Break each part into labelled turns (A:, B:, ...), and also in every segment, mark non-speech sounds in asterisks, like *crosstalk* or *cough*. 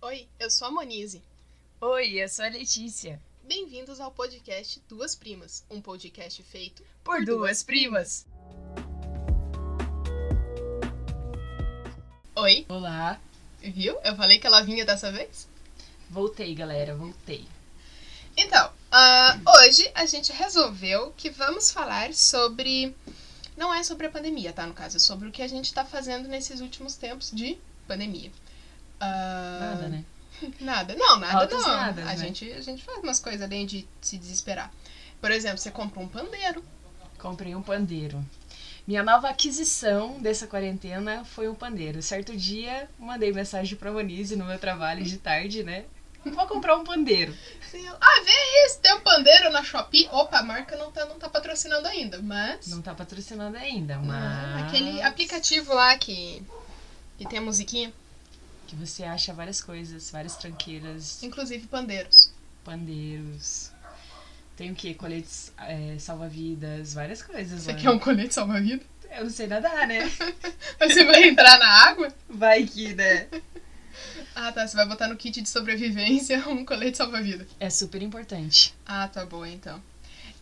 A: Oi, eu sou a Monize.
B: Oi, eu sou a Letícia.
A: Bem-vindos ao podcast Duas Primas, um podcast feito
B: Por, duas, primas.
A: Oi,
B: Olá,
A: viu? Eu falei que ela vinha dessa vez.
B: voltei galera, voltei.
A: Então, ah, hoje a gente resolveu que vamos falar sobre. Não é sobre a pandemia, tá? No caso, é sobre o que a gente tá fazendo nesses últimos tempos de pandemia. Ah,
B: Nada, né?
A: Nada, não, nada
B: Altos
A: não.
B: nadas,
A: a,
B: né?
A: gente, a gente faz umas coisas além de se desesperar. Por exemplo, você comprou um pandeiro.
B: Comprei um pandeiro. Minha nova aquisição dessa quarentena foi um pandeiro. Certo dia, mandei mensagem pra Monize no meu trabalho de tarde, né? Vou comprar um pandeiro.
A: Sim, eu- Ah, vê isso, tem um pandeiro na Shopee. Opa, a marca não tá, não tá patrocinando ainda, mas...
B: Não tá patrocinando ainda,
A: Ah,
B: mas...
A: Aquele aplicativo lá que, que tem a musiquinha,
B: Que você acha várias coisas, várias tranqueiras,
A: inclusive pandeiros.
B: pandeiros... Tem o quê? Coletes eh, salva-vidas, várias coisas
A: Isso
B: lá.
A: aqui é um colete salva-vida?
B: Eu não sei nadar, né?
A: Você vai entrar na água?
B: Vai que, né?
A: Ah, tá, você vai botar no kit de sobrevivência um colete salva-vida.
B: É super importante.
A: Ah, tá bom, então.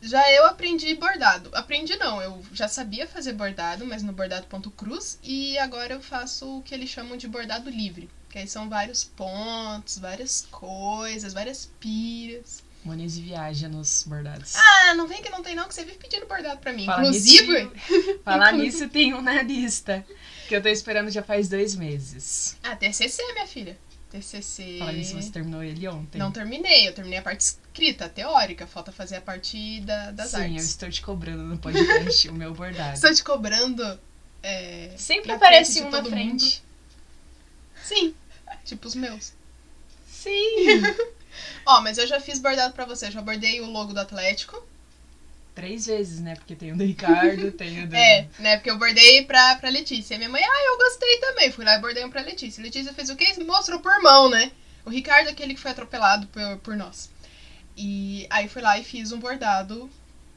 A: Já eu aprendi bordado. Aprendi não, eu já sabia fazer bordado, mas no bordado.cruz. E agora eu faço o que eles chamam de bordado livre. Que aí são vários pontos, várias coisas, várias pilhas.
B: Moniz viaja nos bordados.
A: Ah, não vem que não tem não, que você vive pedindo bordado pra mim. Inclusive,
B: Nisso, falar nisso tem um na lista. Que eu tô esperando já faz dois meses.
A: Ah, TCC, minha filha. TCC.
B: Falar nisso, você terminou ele ontem.
A: É. Não terminei, eu terminei a parte escrita, a teórica, falta fazer a parte da- das
B: Sim, é eu
A: artes.
B: estou te cobrando no podcast o meu bordado.
A: Estou te cobrando. é,
B: Sempre
A: na
B: aparece
A: frente de
B: um na
A: todo
B: frente.
A: Sim, tipo os meus. *laughs*
B: Sim!
A: Ó, mas eu já fiz bordado pra você, já bordei o logo do Atlético.
B: Uhum. Três vezes, né? Porque tem o do Ricardo, tem o do.
A: É, né? Porque eu bordei pra, pra Letícia. E minha mãe, ah, eu gostei também. Fui lá e bordei um pra Letícia. Letícia fez o quê? Mostrou por mão, né? O Ricardo é aquele que foi atropelado por, por nós. E aí fui lá e fiz um bordado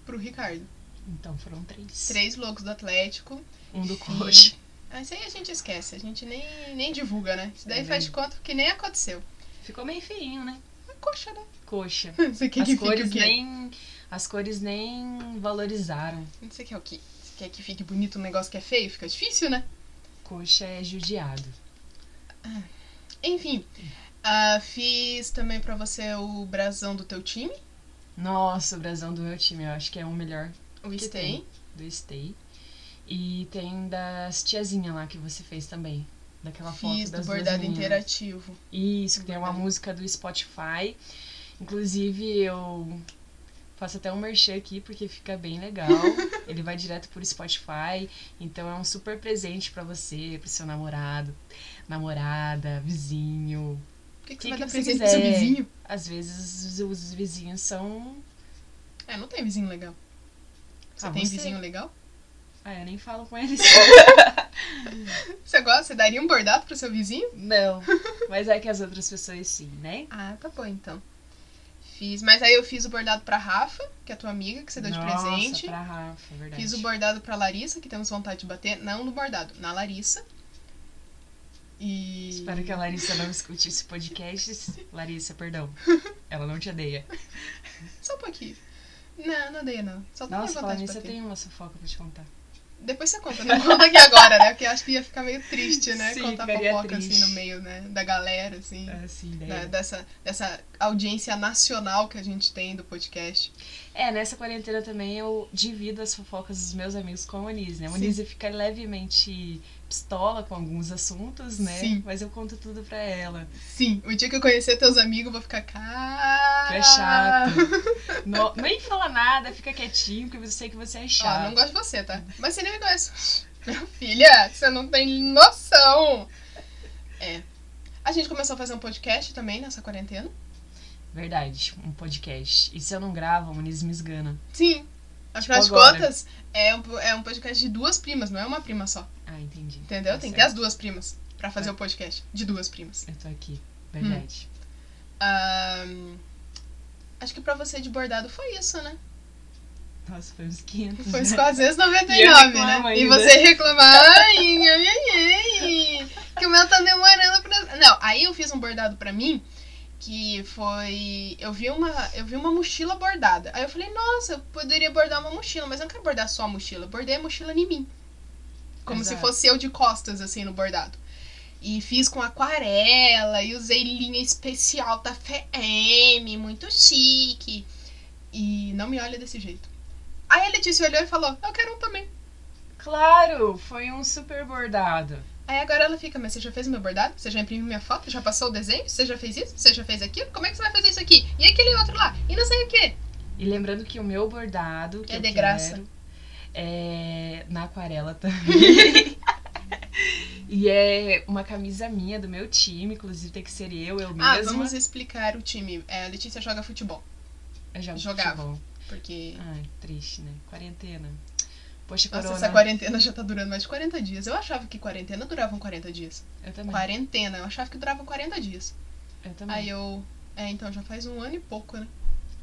A: pro Ricardo.
B: Então foram três.
A: Três logos do Atlético.
B: Um do
A: Fi-
B: coxa.
A: Ah, Isso aí a gente esquece, a gente nem, nem divulga, né? Isso daí
B: É,
A: faz
B: né?
A: de conta que nem aconteceu.
B: Ficou meio feinho, né?
A: É coxa, né? *laughs*
B: Coxa.
A: Não sei o que,
B: As
A: que fica
B: cores né?
A: o quê.
B: nem. As cores nem valorizaram.
A: Não sei o que é o que. Você quer que fique bonito um negócio que é feio? Fica difícil, né?
B: Coxa é judiado.
A: Enfim, ah, fiz também pra você o brasão do teu time,
B: Nossa, o brasão do meu time, eu acho que é um melhor
A: o
B: Que
A: Stay.
B: do Stay. E tem das tiazinha lá que você fez também. Daquela foto
A: Fiz do
B: das
A: bordado
B: duas meninas.
A: interativo.
B: Isso, que tem uma
A: Bordado.
B: música do Spotify. Inclusive, eu faço até um merchan aqui porque fica
A: *laughs*
B: bem legal. Ele vai direto por Spotify, então é um super presente pra você, pro seu namorado, namorada, vizinho.
A: Por que, que,
B: Que
A: você vai
B: que
A: dar
B: você
A: presente pro seu
B: quiser?
A: vizinho?
B: Às vezes os vizinhos são.
A: É, não tem vizinho legal. Você
B: Ah,
A: tem
B: você.
A: vizinho legal?
B: Ah, eu nem falo com
A: *laughs*
B: eles.
A: Oh. Você gosta? Você daria um bordado pro seu vizinho?
B: Não. Mas é que as outras pessoas sim, né?
A: Ah, tá bom então. Fiz, mas aí eu fiz o bordado pra Rafa, que é tua amiga, que você deu de
B: Nossa,
A: presente.
B: Pra Rafa, é verdade.
A: Fiz o bordado pra Larissa, que temos vontade de bater. Não no bordado, na Larissa. E.
B: Espero que a Larissa não escute esse podcast. Larissa, perdão. Ela não te odeia.
A: Só um pouquinho. Não, não odeio, não. Só tenho
B: Nossa,
A: vontade de
B: Larissa,
A: bater.
B: eu tenho uma fofoca pra te contar.
A: Depois você conta, não conta aqui agora, né? *laughs* Porque eu acho que ia ficar meio triste, né?
B: Sim,
A: Contar
B: ficaria
A: fofoca assim
B: triste.
A: no meio, né? Da galera, assim.
B: Assim,
A: da-
B: né?
A: dessa, dessa audiência nacional que a gente tem do podcast.
B: É, nessa quarentena também eu divido as fofocas dos meus amigos com a Monize, né? A
A: Sim.
B: Monize fica levemente pistola com alguns assuntos, né?
A: Sim.
B: Mas eu conto tudo pra ela.
A: Sim, o dia que eu conhecer teus amigos, eu vou ficar. Cara...
B: Que é chato. No- nem fala nada, fica quietinho, porque eu sei que você é
A: Ó, não
B: chato.
A: gosto de você, tá? Mas você nem me conhece. *laughs* Minha filha, você não tem noção. É. A gente começou a fazer um podcast também nessa quarentena.
B: Verdade, um podcast. E se eu não gravo, a Monize me esgana.
A: Sim. Afinal
B: Tipo
A: de
B: agora.
A: contas, é um, é um podcast de duas primas, não é uma prima só.
B: Ah, entendi.
A: Entendeu?
B: Tá
A: Tem que ter
B: certo.
A: as duas primas pra fazer
B: É.
A: o podcast. De duas primas.
B: Eu tô aqui, verdade. *laughs*
A: Ahn, acho que pra você de bordado foi isso, né?
B: Nossa, foi uns 500.
A: Foi uns
B: né?
A: quase os
B: E eu
A: 99, né?
B: reclamo
A: E
B: ainda.
A: você reclamar, ai, ai, ai, ai, que o meu tá demorando pra. Não, aí eu fiz um bordado pra mim que foi. Eu vi uma, eu vi uma mochila bordada. Aí eu falei, nossa, eu poderia bordar uma mochila, mas eu não quero bordar só a mochila, eu bordei a mochila em mim. Como se
B: Exato.
A: fosse eu de costas, assim, no bordado. E fiz com aquarela e usei linha especial da FM, muito chique. E não me olha desse jeito. Aí a Letícia olhou e falou, eu quero um também.
B: *laughs* Claro, foi um super bordado.
A: Aí agora ela fica, mas você já fez o meu bordado? Você já imprimiu minha foto? Já passou o desenho? Você já fez isso? Você já fez aquilo? Como é que você vai fazer isso aqui? E aquele outro lá? E não sei o quê.
B: E lembrando que o meu bordado. Que
A: É
B: eu
A: de graça.
B: quero É na aquarela também. *laughs* e é uma camisa minha, do meu time, inclusive tem que ser eu, eu mesma.
A: Ah, vamos explicar o time. É, a Letícia joga futebol,
B: Eu É jogo
A: jogava.
B: futebol.
A: porque...
B: Ai, triste, né? Quarentena. Poxa,
A: Nossa,
B: corona.
A: essa quarentena já tá durando mais de 40 dias. Eu achava que quarentena duravam 40 dias.
B: Eu também.
A: Quarentena, eu achava que durava 40 dias.
B: Eu também.
A: Aí eu... É, então já faz um ano e pouco, né?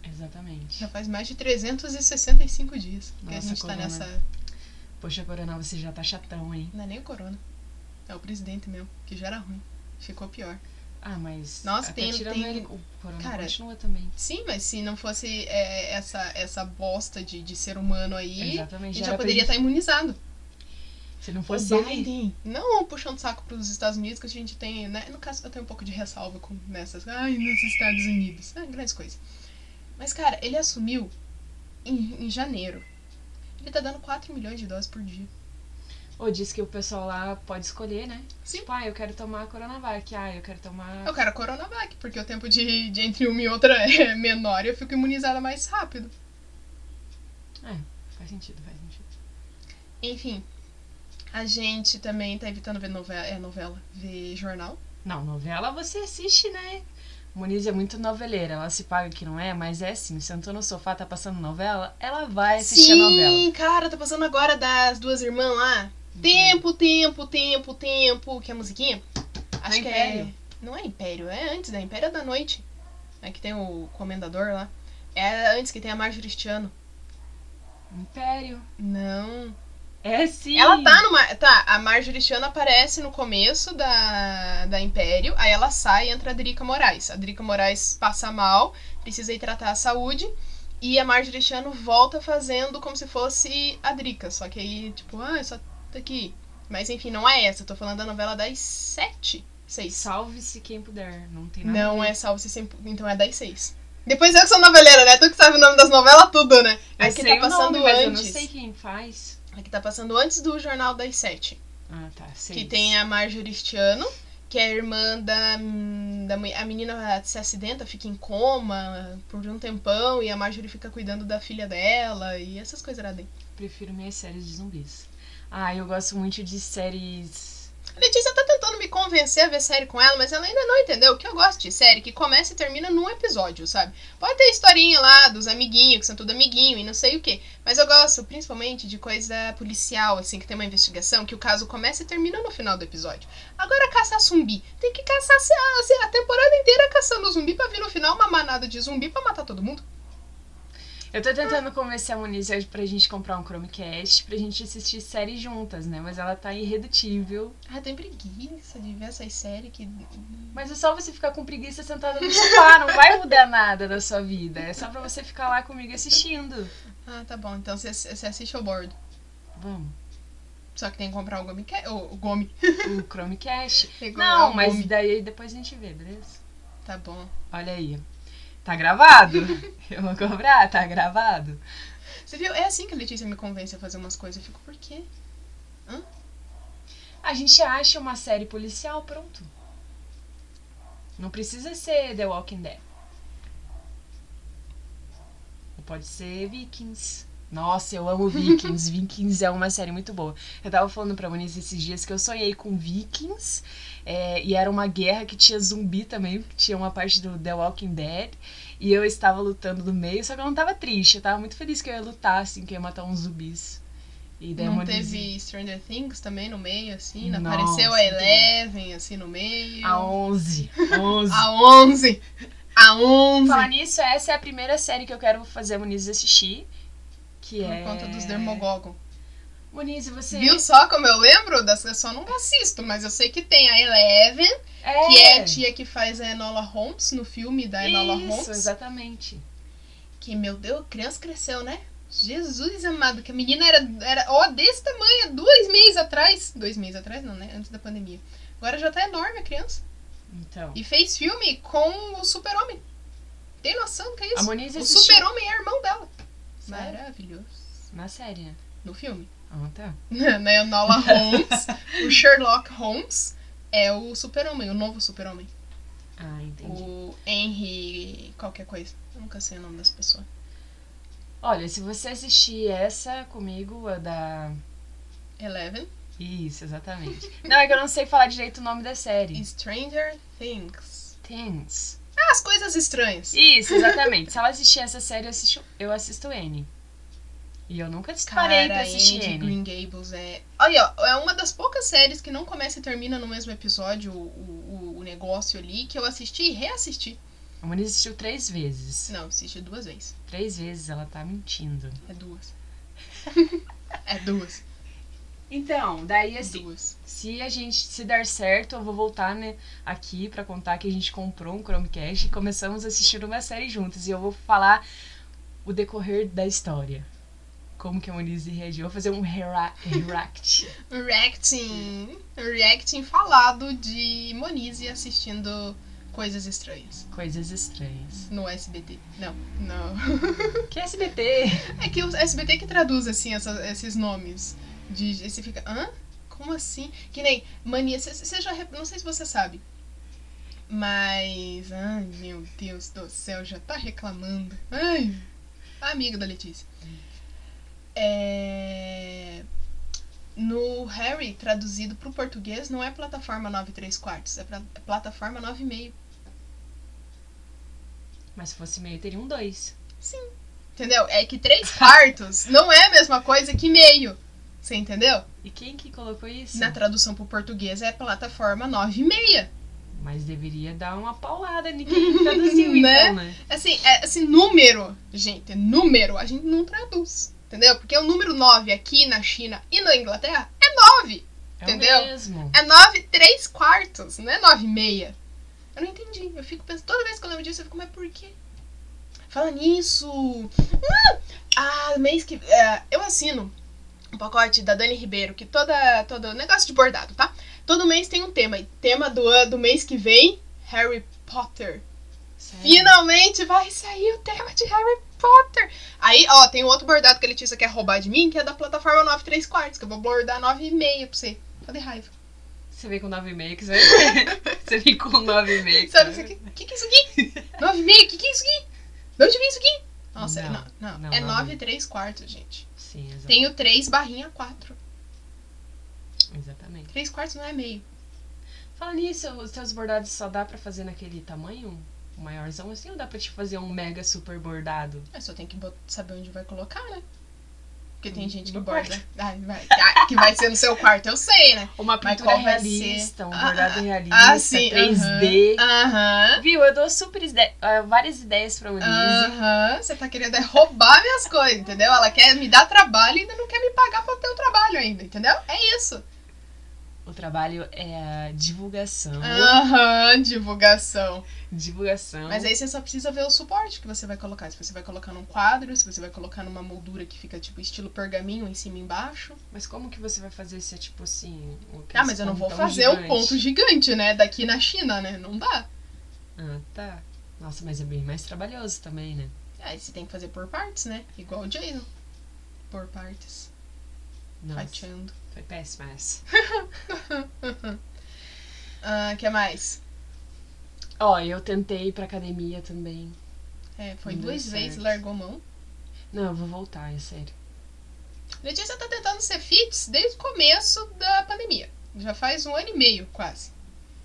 B: Exatamente.
A: Já faz mais de 365 dias que a
B: Nossa,
A: gente tá
B: corona.
A: nessa...
B: Poxa, Coronel, você já tá chatão, hein?
A: Não é nem o corona. É o presidente mesmo, que já era ruim. Ficou pior.
B: Ah, mas.
A: Nossa,
B: até
A: tem-
B: tirando
A: tem-
B: ele, o Coronel
A: Cara-
B: continua também.
A: Sim, mas se não fosse é, essa, essa bosta de, de ser humano aí, a
B: Exatamente.
A: gente já,
B: era pra
A: poderia
B: gente-
A: estar imunizado.
B: Se não fosse
A: O
B: ele.
A: Biden, não puxando saco pros Estados Unidos, que a gente tem, né? No caso, eu tenho um pouco de ressalva com nessas. Ai, nos Estados Unidos. É, grandes coisas. Mas, cara, ele assumiu em, em janeiro. Ele tá dando 4 milhões de doses por dia.
B: Ou diz que o pessoal lá pode escolher, né?
A: Sim.
B: Tipo, ah, eu quero tomar a Coronavac. Ah, eu quero tomar.
A: Eu quero a Coronavac, porque o tempo de, de entre uma e outra *laughs* é menor e eu fico imunizada mais rápido.
B: Faz sentido, faz sentido.
A: Enfim, a gente também tá evitando ver novela, é, novela ver jornal.
B: Não, novela você assiste, né? Moniz é muito noveleira, ela se paga que não é, mas é assim, sentou no sofá, tá passando novela, ela vai assistir a novela. Uhum.
A: Sim, cara, tá passando agora das duas irmãs lá. Tempo, tempo, tempo, tempo. Que é a musiquinha? Acho que é.
B: Império.
A: Não é Império, é antes, né? Império é da noite. É que tem o comendador lá. É antes que tem a Marjorie Cristiano.
B: Império.
A: Não.
B: É sim.
A: Ela tá numa. Tá, a Marjorie Chan aparece no começo da, da Império, aí ela sai e entra a Drica Moraes. A Drica Moraes passa mal, precisa ir tratar a saúde. E a Marjorie Chan volta fazendo como se fosse a Drica. Só que aí, tipo, ah, eu só tá aqui. Mas enfim, não é essa. Eu tô falando da novela das sete. Seis.
B: Salve-se quem puder. Não tem nada.
A: Não é Salve Se Sem... Então é das seis. Depois eu que sou noveleira, né? Tu que sabe o nome das novelas, tudo, né?
B: Eu
A: Aqui
B: sei
A: tá passando
B: o nome, mas eu não
A: antes.
B: sei quem faz.
A: Aqui tá passando antes do Jornal das Sete.
B: Ah, tá. Sei.
A: Que tem a Marjorie Stiano, que é a irmã da, da mãe- a menina se acidenta, fica em coma por um tempão e a Marjorie fica cuidando da filha dela e essas coisas lá dentro.
B: Prefiro minhas séries de zumbis. Ah, eu gosto muito de séries.
A: A Letícia tá tentando me convencer a ver série com ela, mas ela ainda não entendeu que eu gosto de série que começa e termina num episódio, sabe? Pode ter historinha lá dos amiguinhos, que são tudo amiguinho e não sei o quê. Mas eu gosto principalmente de coisa policial, assim, que tem uma investigação, que o caso começa e termina no final do episódio. Agora caçar zumbi. Tem que caçar se- a, se- a temporada inteira caçando zumbi pra vir no final uma manada de zumbi pra matar todo mundo.
B: Eu tô tentando convencer a Muniz hoje pra gente comprar um Chromecast pra gente assistir séries juntas, né? Mas ela tá irredutível.
A: Ah, tem preguiça de ver essas séries que.
B: Mas é só você ficar com preguiça sentada no sofá, não vai mudar nada da sua vida. É só pra você ficar lá comigo assistindo.
A: Ah, tá bom. Então você você assiste ao bordo.
B: Vamos.
A: Só que tem que comprar o Gomi. que- O, o Gomi.
B: O Chromecast.
A: Tem que comprar
B: Não,
A: é o
B: mas
A: Gomi.
B: daí depois a gente vê, beleza?
A: Tá bom.
B: Olha aí. Tá gravado? *laughs* Eu vou cobrar, tá gravado?
A: Você viu? É assim que a Letícia me convence a fazer umas coisas. Eu fico, por quê?
B: A gente acha uma série policial, pronto. Não precisa ser The Walking Dead. Ou Pode ser Vikings. Nossa, eu
A: *laughs*
B: amo Vikings. Vikings é uma série muito boa. Eu tava falando pra Moniz esses dias que eu sonhei com Vikings. é, e era uma guerra que tinha zumbi também, que tinha uma parte do The Walking Dead. E eu estava lutando no meio, só que eu não tava triste. Eu tava muito feliz que eu ia lutar, assim, que eu ia matar uns zumbis. E daí a
A: Não
B: Moniz-
A: teve Stranger Things também no meio, assim? Não
B: Nossa,
A: apareceu a
B: muito bom.
A: Eleven, assim, no meio.
B: A 11. 11.
A: A 11! A 11!
B: Falar nisso, essa é a primeira série que eu quero fazer a Muniz assistir. Que
A: por
B: é.
A: conta dos Dermogogon.
B: Moniz, você.
A: Viu só como eu lembro? Das- Eu só nunca assisto, mas eu sei que tem a Eleven,
B: É.
A: que é a tia que faz a Enola Holmes no filme da Enola Holmes.
B: Isso, exatamente.
A: Que, meu Deus, a criança cresceu, né? Jesus amado, que a menina era, era ó, desse tamanho, há dois meses atrás. Dois meses atrás, não, né? Antes da pandemia. Agora já tá enorme a criança.
B: Então.
A: E fez filme com o Super-Homem. Tem noção do que é
B: A
A: isso?
B: Moniz
A: O
B: assistiu.
A: Super-Homem é irmão dela.
B: Sério?
A: Maravilhoso.
B: Na série, né?
A: No filme. *laughs*
B: Ah, tá.
A: Na Enola Holmes, o Sherlock Holmes é o Super-Homem, o novo Super-Homem.
B: Ah, entendi.
A: O Henry. qualquer coisa. Eu nunca sei o nome das pessoas.
B: Olha, se você assistir essa comigo, a da.
A: Eleven.
B: Isso, exatamente. não, é que eu não sei falar direito o nome da série.
A: Stranger Things.
B: Things.
A: As coisas estranhas.
B: Isso, exatamente. se ela assistir essa série, eu assisto, eu assisto N. E eu nunca parei pra assistir
A: Andy,
B: N.
A: Green Gables é. Olha, ó, é uma das poucas séries que não começa e termina no mesmo episódio o, o, o negócio ali que eu assisti e reassisti.
B: A Moniz assistiu três vezes.
A: Não, assisti duas vezes.
B: Três vezes ela tá mentindo.
A: É duas. *laughs* é duas.
B: Então, daí
A: É
B: assim,
A: duas.
B: se a gente se der certo, eu vou voltar né, aqui pra contar que a gente comprou um Chromecast e começamos a assistir uma série juntas. E eu vou falar o decorrer da história. Como que a Moniz reagiu. Eu vou fazer um hera- *laughs* react.
A: Reacting. Reacting falado de Monize assistindo coisas estranhas.
B: Coisas estranhas.
A: No SBT. Não, não.
B: Que SBT?
A: É que o SBT que traduz, assim, essa- esses nomes. De, e você fica, hã? Como assim? Que nem mania. cê- Você já. re- Não sei se você sabe. Mas. Ai, meu Deus do céu, já tá reclamando. Ai, amiga da Letícia. É. No Harry, traduzido pro português, não é plataforma 9 3 quartos, é pra- é plataforma 9,5.
B: Mas se fosse meio, teria um dois.
A: Entendeu? É que 3 quartos não é a mesma coisa que meio. Você entendeu?
B: E quem que colocou isso?
A: Na tradução pro português é plataforma 9,5.
B: Mas deveria dar uma paulada em *laughs* quem traduziu, então, né?
A: Assim, é, assim, número, gente, número a gente não traduz. Entendeu? Porque o número 9 aqui na China e na Inglaterra é 9.
B: É
A: Entendeu?
B: o mesmo.
A: É 9 3 quartos, não é 9 meia. Eu não entendi. Eu fico pensando, toda vez que eu lembro disso, eu fico, mas por quê? Fala nisso. hum, Ah, mês que. é, eu assino um pacote da Dani Ribeiro, que toda. todo negócio de bordado, tá? Todo mês tem um tema. E tema do, ano- do mês que vem, Harry Potter.
B: Sério?
A: Finalmente vai sair o tema de Harry Potter. Aí, ó, tem um outro bordado que a Letícia quer roubar de mim, que é da plataforma 9 3 quartos, que eu vou bordar 9 e meia pra você. Tá de raiva.
B: Você vem com 9,5, que você vai... *laughs* Você vem com 9,5. que
A: Sabe,
B: você
A: o
B: vai-
A: que, que que é isso aqui? 9 e meio, que que é isso aqui? De onde vem isso aqui? Nossa,
B: Não,
A: não, não,
B: não,
A: é
B: não.
A: 9 e 3 quartos, gente.
B: Sim, exa-
A: Tem o 3 barrinha 4.
B: exatamente.
A: 3 quartos não é meio.
B: Fala nisso, os teus bordados só dá pra fazer naquele tamanho? O maiorzão assim? Ou dá pra te fazer um mega super bordado?
A: Eu É, só tem que bot- saber onde vai colocar, né? Porque tem
B: No-
A: gente que
B: no
A: borda. Ai, vai- ai, que vai ser no seu quarto, eu sei, né?
B: Uma
A: Mas
B: pintura
A: qual vai
B: realista, um
A: ser? Ah,
B: bordado
A: ah,
B: realista,
A: Ah, sim.
B: 3D.
A: Aham. Ah.
B: Viu? Eu dou super ide- ah, várias ideias pra Monize.
A: Aham, você tá querendo é roubar minhas coisas, entendeu? Ela quer me dar trabalho e ainda não quer me pagar pra ter o trabalho ainda, entendeu? É isso.
B: O trabalho é a divulgação.
A: Aham, divulgação.
B: Divulgação.
A: Ah. Mas é- aí você só precisa ver o suporte que você vai colocar. Se você vai colocar num quadro, se você vai colocar numa moldura que fica tipo estilo pergaminho em cima e embaixo.
B: Mas como que você vai fazer se é tipo assim. o que
A: Ah,
B: eles
A: mas eu não vou
B: falam tão
A: fazer um
B: gigante?
A: ponto gigante, né? Daqui na China, né? Não dá.
B: Ah, tá. Nossa, mas é bem mais trabalhoso também, né?
A: Aí você tem que fazer por partes, né? Igual o Jason. Por partes.
B: Nossa,
A: Fatiando. *laughs*
B: foi péssimo essa.
A: Ah, que mais?
B: Ó, eu tentei ir pra academia também.
A: É, foi
B: Não deu
A: duas vezes,
B: certo.
A: largou mão.
B: Não, eu vou voltar, é sério.
A: Letícia tá tentando ser fit desde o começo da pandemia. Já faz um ano e meio, quase.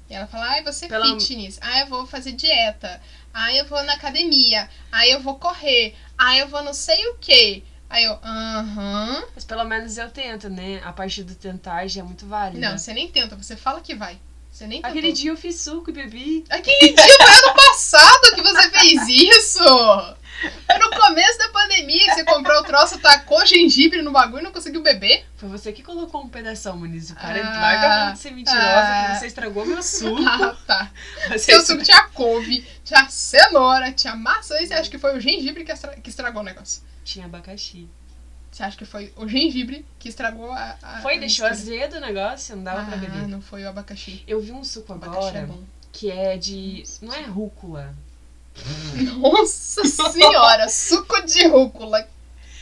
A: E ela fala, ai, você
B: Pela-
A: fitness. Ai, eu vou fazer dieta. Ai, eu vou na academia. Ai, eu vou correr. Ai, eu vou não sei o quê. Aí eu, aham.
B: Mas pelo menos eu tento, né? A parte do tentar já é muito válida.
A: Não, tá você nem tenta, você fala que vai. Você nem tentou.
B: Aquele dia eu fiz suco e bebi.
A: Aquele dia foi ano passado que você fez isso! Foi no começo da pandemia que você comprou o troço, tacou gengibre no bagulho e não conseguiu beber?
B: Foi você que colocou um pedaço, Muniz. Para,
A: Ah,
B: larga a mão de ser mentirosa,
A: ah.
B: que você estragou meu
A: *laughs*
B: suco.
A: Ah, tá.
B: Você *laughs*
A: Seu suco tinha couve, tinha cenoura, tinha maçã e você acha que foi o gengibre que, estra- que estragou o negócio?
B: tinha abacaxi.
A: Você acha que foi o gengibre que estragou a. a
B: Foi,
A: a
B: deixou
A: mistura?
B: azedo o negócio, não dava pra
A: Ah,
B: beber.
A: não foi o abacaxi.
B: Eu vi um suco
A: O abacaxi é
B: agora
A: bom.
B: que é de. Não é rúcula.
A: Nossa
B: *laughs*
A: senhora, suco de rúcula.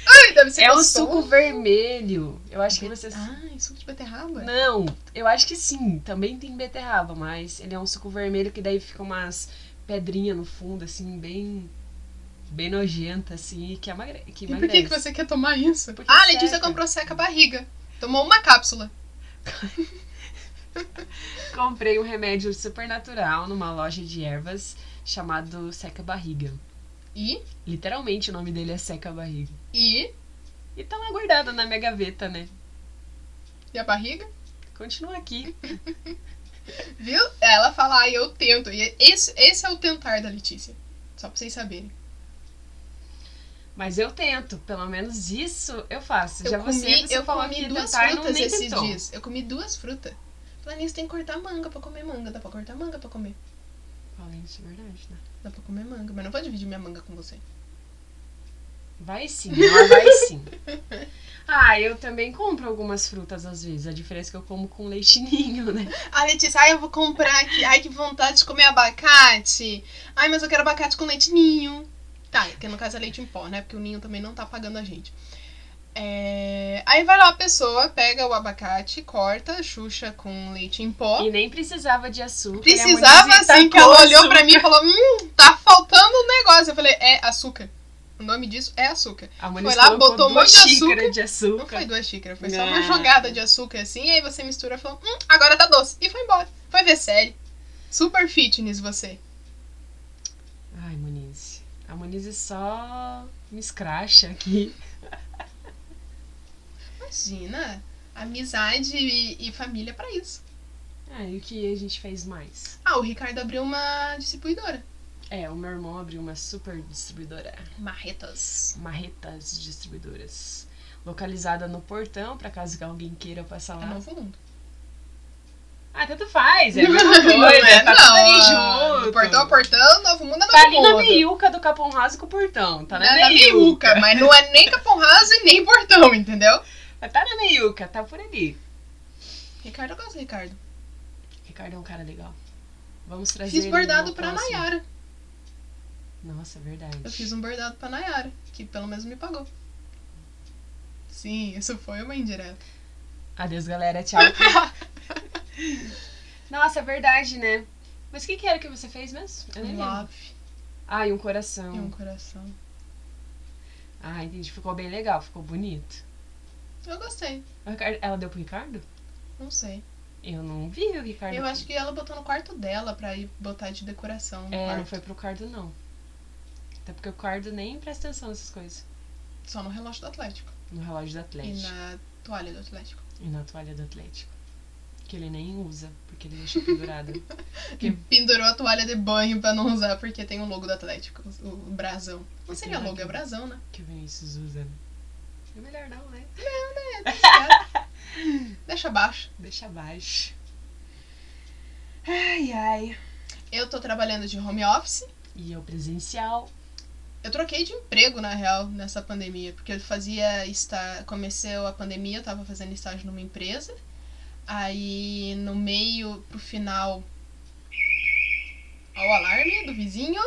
A: Ai, deve ser
B: É o
A: gostoso.
B: suco vermelho. Eu acho que você.
A: Ai, suco de beterraba?
B: Não, eu acho que sim. Também tem beterraba, mas ele é um suco vermelho que daí fica umas pedrinhas no fundo, assim, bem. bem nojenta, assim, e que, amagre... que
A: E por que,
B: emagrece.
A: que você quer tomar isso?
B: Porque
A: ah, a Letícia
B: seca.
A: comprou seca a barriga. Tomou uma cápsula.
B: Comprei um remédio super natural numa loja de ervas chamado Seca Barriga.
A: E,
B: Literalmente o nome dele é Seca Barriga.
A: e,
B: E tá lá guardado na minha gaveta, né?
A: e a barriga?
B: Continua aqui.
A: Viu? Ela fala, ah, eu tento. E esse, esse é o tentar da Letícia. Só pra vocês saberem.
B: Mas eu tento, pelo menos isso eu faço. Já
A: eu
B: você,
A: comi,
B: você
A: eu
B: falou
A: comi
B: que
A: duas
B: tentar não
A: frutas
B: nem
A: esses
B: tentou.
A: dias. Eu comi duas frutas. Falando nisso, tem que cortar manga pra comer manga. Dá pra cortar manga pra comer.
B: Falei isso, é verdade, né?
A: Dá pra comer manga. Mas não vou dividir minha manga com você.
B: Vai sim, ela vai sim. Ah, eu também compro algumas frutas às vezes. A diferença é que eu como com leitinho, né?
A: A Letícia, ai, eu vou comprar aqui. Ai, que vontade de comer abacate. Ai, mas eu quero abacate com leite ninho. Tá, que no caso é leite em pó, né? Porque o ninho também não tá pagando a gente. É, Aí vai lá a pessoa, pega o abacate, corta, xuxa com leite em pó.
B: E nem precisava de açúcar. e a mãe
A: Precisava
B: dizia,
A: assim, que
B: "Tacou
A: ela olhou
B: açúcar."
A: pra mim e falou: Hum, tá faltando um negócio. Eu falei: É açúcar. O nome disso é açúcar.
B: A Muniz
A: Foi lá,
B: colocou
A: botou um
B: duas
A: monte de
B: xícaras de
A: Não foi
B: açúcar.
A: duas xícaras, foi só uma
B: Ah.
A: jogada de açúcar assim. Aí você mistura e falou: Hum, agora tá doce. E foi embora. Foi ver série. Super fitness você.
B: Ai, Muniz. A Muniz só me escracha aqui.
A: Imagina, amizade e, e família pra isso.
B: Ah, e o que a gente fez mais?
A: Ah, o Ricardo abriu uma distribuidora.
B: É, o meu irmão abriu uma super distribuidora,
A: Marretas.
B: Marretas Distribuidoras, localizada no portão, pra caso que alguém queira passar
A: É
B: lá.
A: novo mundo.
B: Ah, tanto
A: *laughs*
B: faz, é a mesma coisa, tá tudo
A: ah,
B: ali junto.
A: do portão a portão, novo mundo é novo
B: Tá ali
A: mundo.
B: na meiuca do Capão Raso com o portão, tá na,
A: Na- na
B: meiuca.
A: meiuca, mas não é nem Capão Raso e nem portão, entendeu?
B: Tá na meiuca, tá por ali.
A: Ricardo, eu gosto do Ricardo.
B: Ricardo é um cara legal. Vamos trazer
A: Fiz
B: ele assim.
A: bordado
B: no
A: pra
B: próximo.
A: Nayara.
B: Nossa, é verdade.
A: Eu fiz um bordado pra Nayara, que pelo menos me pagou. Sim, isso foi uma indireta.
B: Adeus,
A: *laughs*
B: galera, tchau. Nossa, é verdade, né? Mas o que, que era que você fez mesmo? Eu nem
A: Um
B: lembro.
A: love
B: Ah, e um coração.
A: e um coração.
B: Ah, entendi. Ficou bem legal, ficou bonito.
A: Eu gostei,
B: O Ricardo- Ela deu pro Ricardo?
A: não sei.
B: Eu não vi o Ricardo.
A: Eu acho que ela botou no quarto dela pra ir botar de decoração. no
B: É, não
A: quarto.
B: foi pro Cardo, não. Até porque o Cardo nem presta atenção nessas coisas.
A: Só no relógio do Atlético.
B: No relógio do
A: E
B: Atlético.
A: na toalha do Atlético.
B: E na, toalha do Atlético. Que ele nem usa, porque ele
A: *laughs*
B: deixa pendurado.
A: Que pendurou a toalha de banho pra não usar porque tem o logo do Atlético. o- O brasão. Não seria logo, é brasão, né? *laughs*
B: que o Vinícius usa. né? É melhor não, né?
A: Deixa abaixo.
B: Deixa abaixo. Ai, ai.
A: Eu tô trabalhando de home office.
B: E eu presencial.
A: Eu troquei de emprego, na real, nessa pandemia, porque eu fazia estar, começou a pandemia, eu tava fazendo estágio numa empresa. Aí no meio pro final ao alarme do vizinho,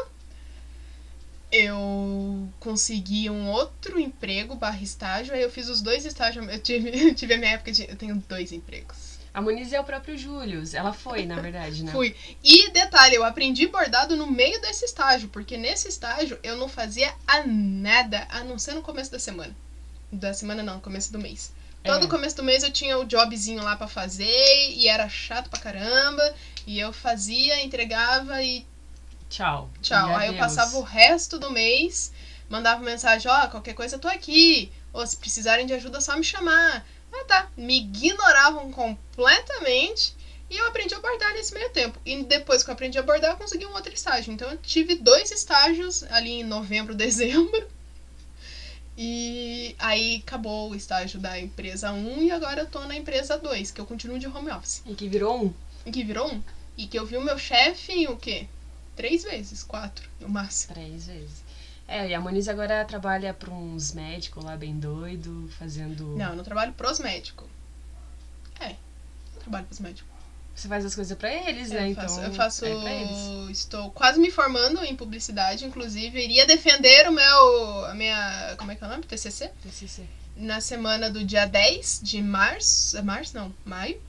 A: eu consegui um outro emprego barra estágio, aí eu fiz os dois estágios, eu tive, *laughs* eu tive a minha época de eu tenho dois empregos.
B: A Moniz é o próprio Júlio. Ela foi, na verdade, né?
A: Fui. E detalhe, eu aprendi bordado no meio desse estágio, porque nesse estágio eu não fazia a nada, a não ser no começo da semana. Da semana não, começo do mês. Todo
B: É.
A: começo do mês eu tinha o jobzinho lá pra fazer e era chato pra caramba. E eu fazia, entregava e
B: Tchau.
A: tchau.
B: E
A: Aí eu
B: adeus.
A: passava o resto do mês, mandava mensagem, ó, qualquer coisa eu tô aqui. Ou se precisarem de ajuda, é só me chamar. Ah tá. Me ignoravam completamente. E eu aprendi a bordar nesse meio tempo. E depois que eu aprendi a bordar, eu consegui um *laughs* outro estágio. Então eu tive dois estágios ali em novembro, dezembro. E aí acabou o estágio da empresa 1 e agora eu tô na empresa 2, que eu continuo de home office.
B: E que virou um.
A: E que virou um. E que eu vi o meu chefe em o quê? Três vezes, quatro, no máximo.
B: Três vezes. É, e a Moniz agora trabalha pra uns médicos lá bem doido, fazendo.
A: Não, eu não trabalho pros médicos. É, não trabalho pros médicos.
B: Você faz as coisas pra eles,
A: É,
B: né?
A: eu faço,
B: então.
A: eu faço-
B: É pra eles.
A: estou quase me formando em publicidade, inclusive iria defender o meu, a minha, como é que é o nome? TCC?
B: TCC.
A: na semana do dia 10 de março. É março? Não, maio.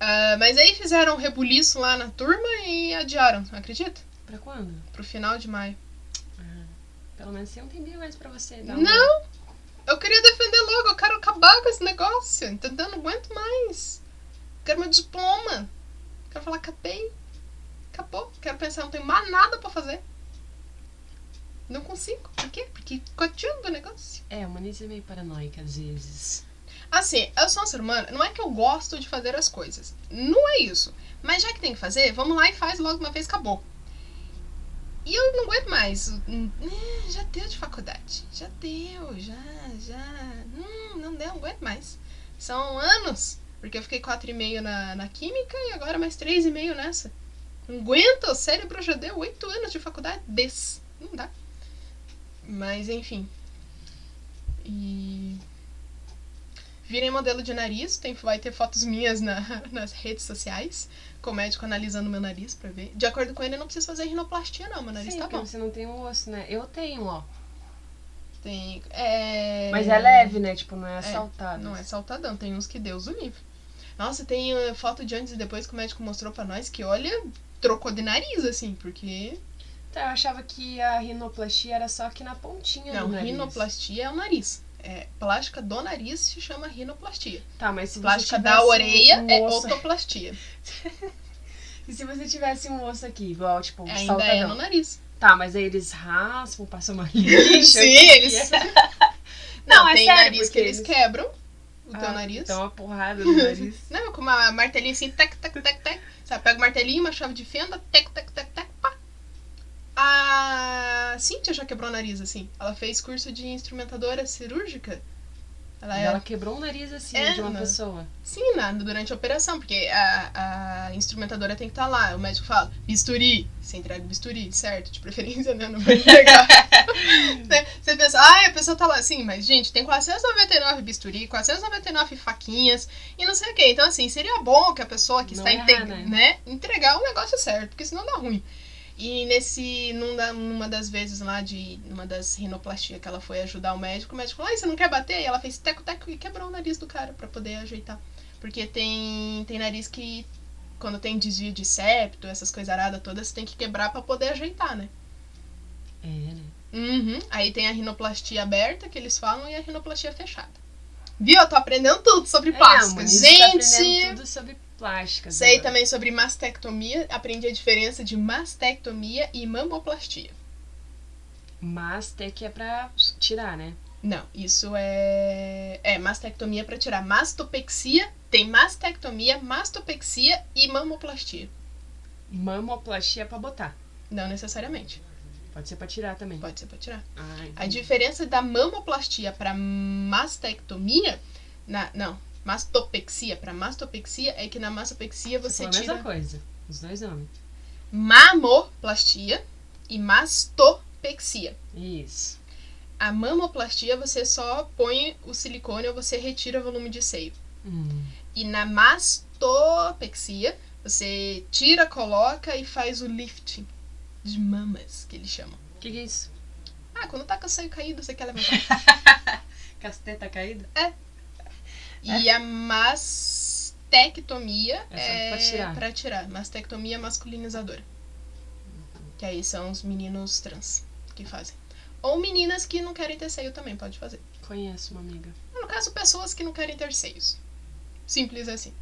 A: Ah, mas aí fizeram um rebuliço lá na turma e adiaram, acredita?
B: Pra quando?
A: Pro final de maio.
B: Pelo menos tem um tempinho mais pra você. dar um uma-
A: Não! Eu queria defender logo, eu quero acabar com esse negócio, entendeu? Eu Não aguento mais. Quero meu diploma. Quero falar, acabei. Acabou. Quero pensar, não tenho mais nada pra fazer. Não consigo. Por quê? Porque continuo do negócio.
B: É, a Moniz é meio paranoica às vezes.
A: Assim, eu sou um ser humano, não é que eu gosto de fazer as coisas. Não é isso. Mas já que tem que fazer, vamos lá e faz logo uma vez, acabou. E eu não aguento mais. Hum, eh, Já deu de faculdade. Já deu, já, já. Hum, não deu, não aguento mais. São anos. Porque eu fiquei 4,5 na, na química e agora mais 3,5 nessa. Não aguento, o cérebro já deu 8 anos de faculdade desse. Não dá. Mas enfim. E Virem modelo de nariz, tem, vai ter fotos minhas na- *laughs* nas redes sociais, com o médico analisando meu nariz pra ver. De acordo com ele, eu não preciso fazer rinoplastia, não. Meu nariz
B: Sim,
A: tá
B: porque
A: bom.
B: você não tem um osso, né? Eu tenho, ó.
A: Tem. É...
B: Mas é leve, né? Tipo, não é assaltado.
A: Não é saltadão, tem uns que Deus o livre. Nossa, tem eh, foto de antes e depois que o médico mostrou pra nós que, olha, trocou de nariz, assim, porque.
B: Tá, eu achava que a rinoplastia era só aqui na pontinha
A: Não,
B: do nariz.
A: rinoplastia é o nariz. É, plástica do nariz se chama rinoplastia.
B: Tá, mas se
A: Plástica
B: você
A: da
B: tivesse
A: orelha
B: um
A: é
B: osso...
A: otoplastia.
B: E se você tivesse um osso aqui, igual, tipo, um
A: Ainda
B: saltadão?
A: é no
B: *laughs*
A: nariz.
B: Tá, mas aí eles raspam, passam uma lixa.
A: *laughs* Sim,
B: aqui.
A: eles- Não,
B: Não, é
A: tem
B: sério,
A: nariz que
B: porque
A: eles,
B: eles-
A: quebram o
B: Ah,
A: teu nariz.
B: Então uma porrada no nariz.
A: Não, com uma martelinha assim, tac, tac, tac, tac. Sabe, pega o martelinho, uma chave de fenda, tac, tac, tac, tac, pá. A Cíntia já quebrou o nariz, assim. Ela fez curso de instrumentadora cirúrgica. Ela é
B: E
A: era
B: Ela quebrou o nariz assim
A: É,
B: de uma
A: né?
B: pessoa.
A: Sim, na, durante a operação, porque a, a instrumentadora tem que estar lá. O médico fala, bisturi, você entrega o bisturi, certo? De preferência, né? Não vai
B: *laughs*
A: entregar. Né? você pensa, ah, a pessoa tá lá assim, mas gente, tem 499 bisturi, 499 faquinhas e não sei o quê. Então, assim, seria bom que a pessoa que
B: Não
A: está
B: errar,
A: integra-
B: né?
A: né, entregar o negócio certo, porque senão dá ruim. E nesse, num da- numa das vezes lá de. numa das rinoplastias que ela foi ajudar o médico, o médico falou, ai, você não quer bater? E ela fez teco-teco e quebrou o nariz do cara pra poder ajeitar. Porque tem, tem nariz que. Quando tem desvio de septo, essas coisas aradas todas, você tem que quebrar pra poder ajeitar, né?
B: É, né?
A: Uhum. Aí tem a rinoplastia aberta que eles falam e a rinoplastia fechada. Viu? Eu tô aprendendo tudo sobre
B: É, a
A: plástica.
B: Moniz tá
A: Gente!
B: aprendendo tudo sobre plásticas.
A: Sei
B: agora.
A: também sobre mastectomia, aprendi a diferença de mastectomia e mamoplastia.
B: Mas até que é pra tirar, né?
A: Não, isso é. É, mastectomia pra tirar mastopexia. Tem mastectomia, mastopexia e mamoplastia.
B: Mamoplastia é pra botar.
A: Não necessariamente.
B: Pode ser pra tirar também.
A: Pode ser pra tirar.
B: Ah,
A: A
B: entendi.
A: diferença da mamoplastia para mastectomia. Na, não, mastopexia para mastopexia é que na mastopexia você
B: Falou a
A: tira
B: mesma coisa. Os dois nomes.
A: mamoplastia e mastopexia.
B: Isso.
A: A mamoplastia você só põe o silicone ou você retira o volume de seio.
B: Hum.
A: E na mastopexia você tira, coloca e faz o lifting de mamas, que eles chamam.
B: O que, que é isso?
A: Ah, quando tá com o seio caído, você quer levantar.
B: Casteta caída?
A: e a mastectomia
B: É. Essa
A: é
B: é pra tirar.
A: pra tirar. Mastectomia masculinizadora. Que aí são os meninos trans que fazem. Ou meninas que não querem ter seio também, pode fazer.
B: Conheço uma amiga.
A: No caso, pessoas que não querem ter seios. Simples assim.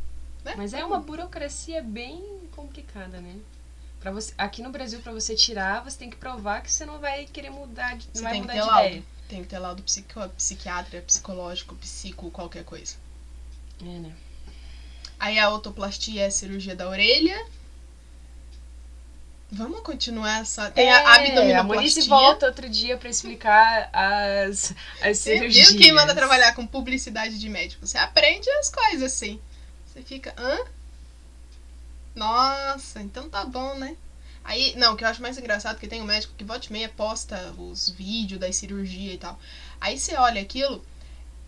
A: né?
B: Mas é uma burocracia bem complicada, né? Pra você, aqui no Brasil, pra você tirar, você tem que provar que você não vai querer mudar de, não
A: Você
B: vai
A: tem que
B: mudar
A: ter
B: de
A: laudo.
B: ideia.
A: Tem que ter laudo psico, psiquiatra, psicológico, psico, qualquer coisa.
B: É, né?
A: Aí a otoplastia é a cirurgia da orelha. Vamos continuar essa. Tem a
B: É, a Monice
A: abdominoplastia.
B: volta outro dia pra explicar as, as
A: Você
B: cirurgias.
A: viu quem manda trabalhar com publicidade de médico? Você aprende as coisas assim. Você fica, hã? Nossa, então tá bom, né? Aí, não, o que eu acho mais engraçado é que tem um médico que volta e meia posta os vídeos das cirurgias e tal. Aí você olha aquilo,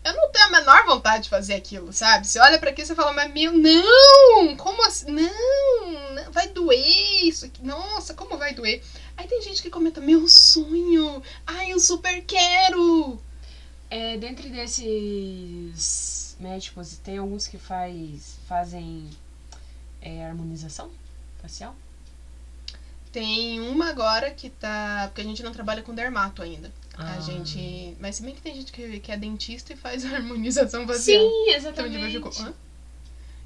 A: eu não tenho a menor vontade de fazer aquilo, sabe? Você olha pra aquilo e você fala, mas meu, não! Como assim? Não! não, Vai doer isso aqui. Nossa, como vai doer? Aí tem gente que comenta, meu sonho! Ai, eu super quero!
B: É, dentre desses médicos, tem alguns que faz, fazem é, harmonização facial?
A: Tem uma agora que tá. Porque a gente não trabalha com dermato ainda.
B: Ah.
A: A gente. Mas se bem que tem gente que, que é dentista e faz *laughs* a harmonização facial.
B: Sim,
A: Então, de vez
B: exatamente.
A: em quando- Hã?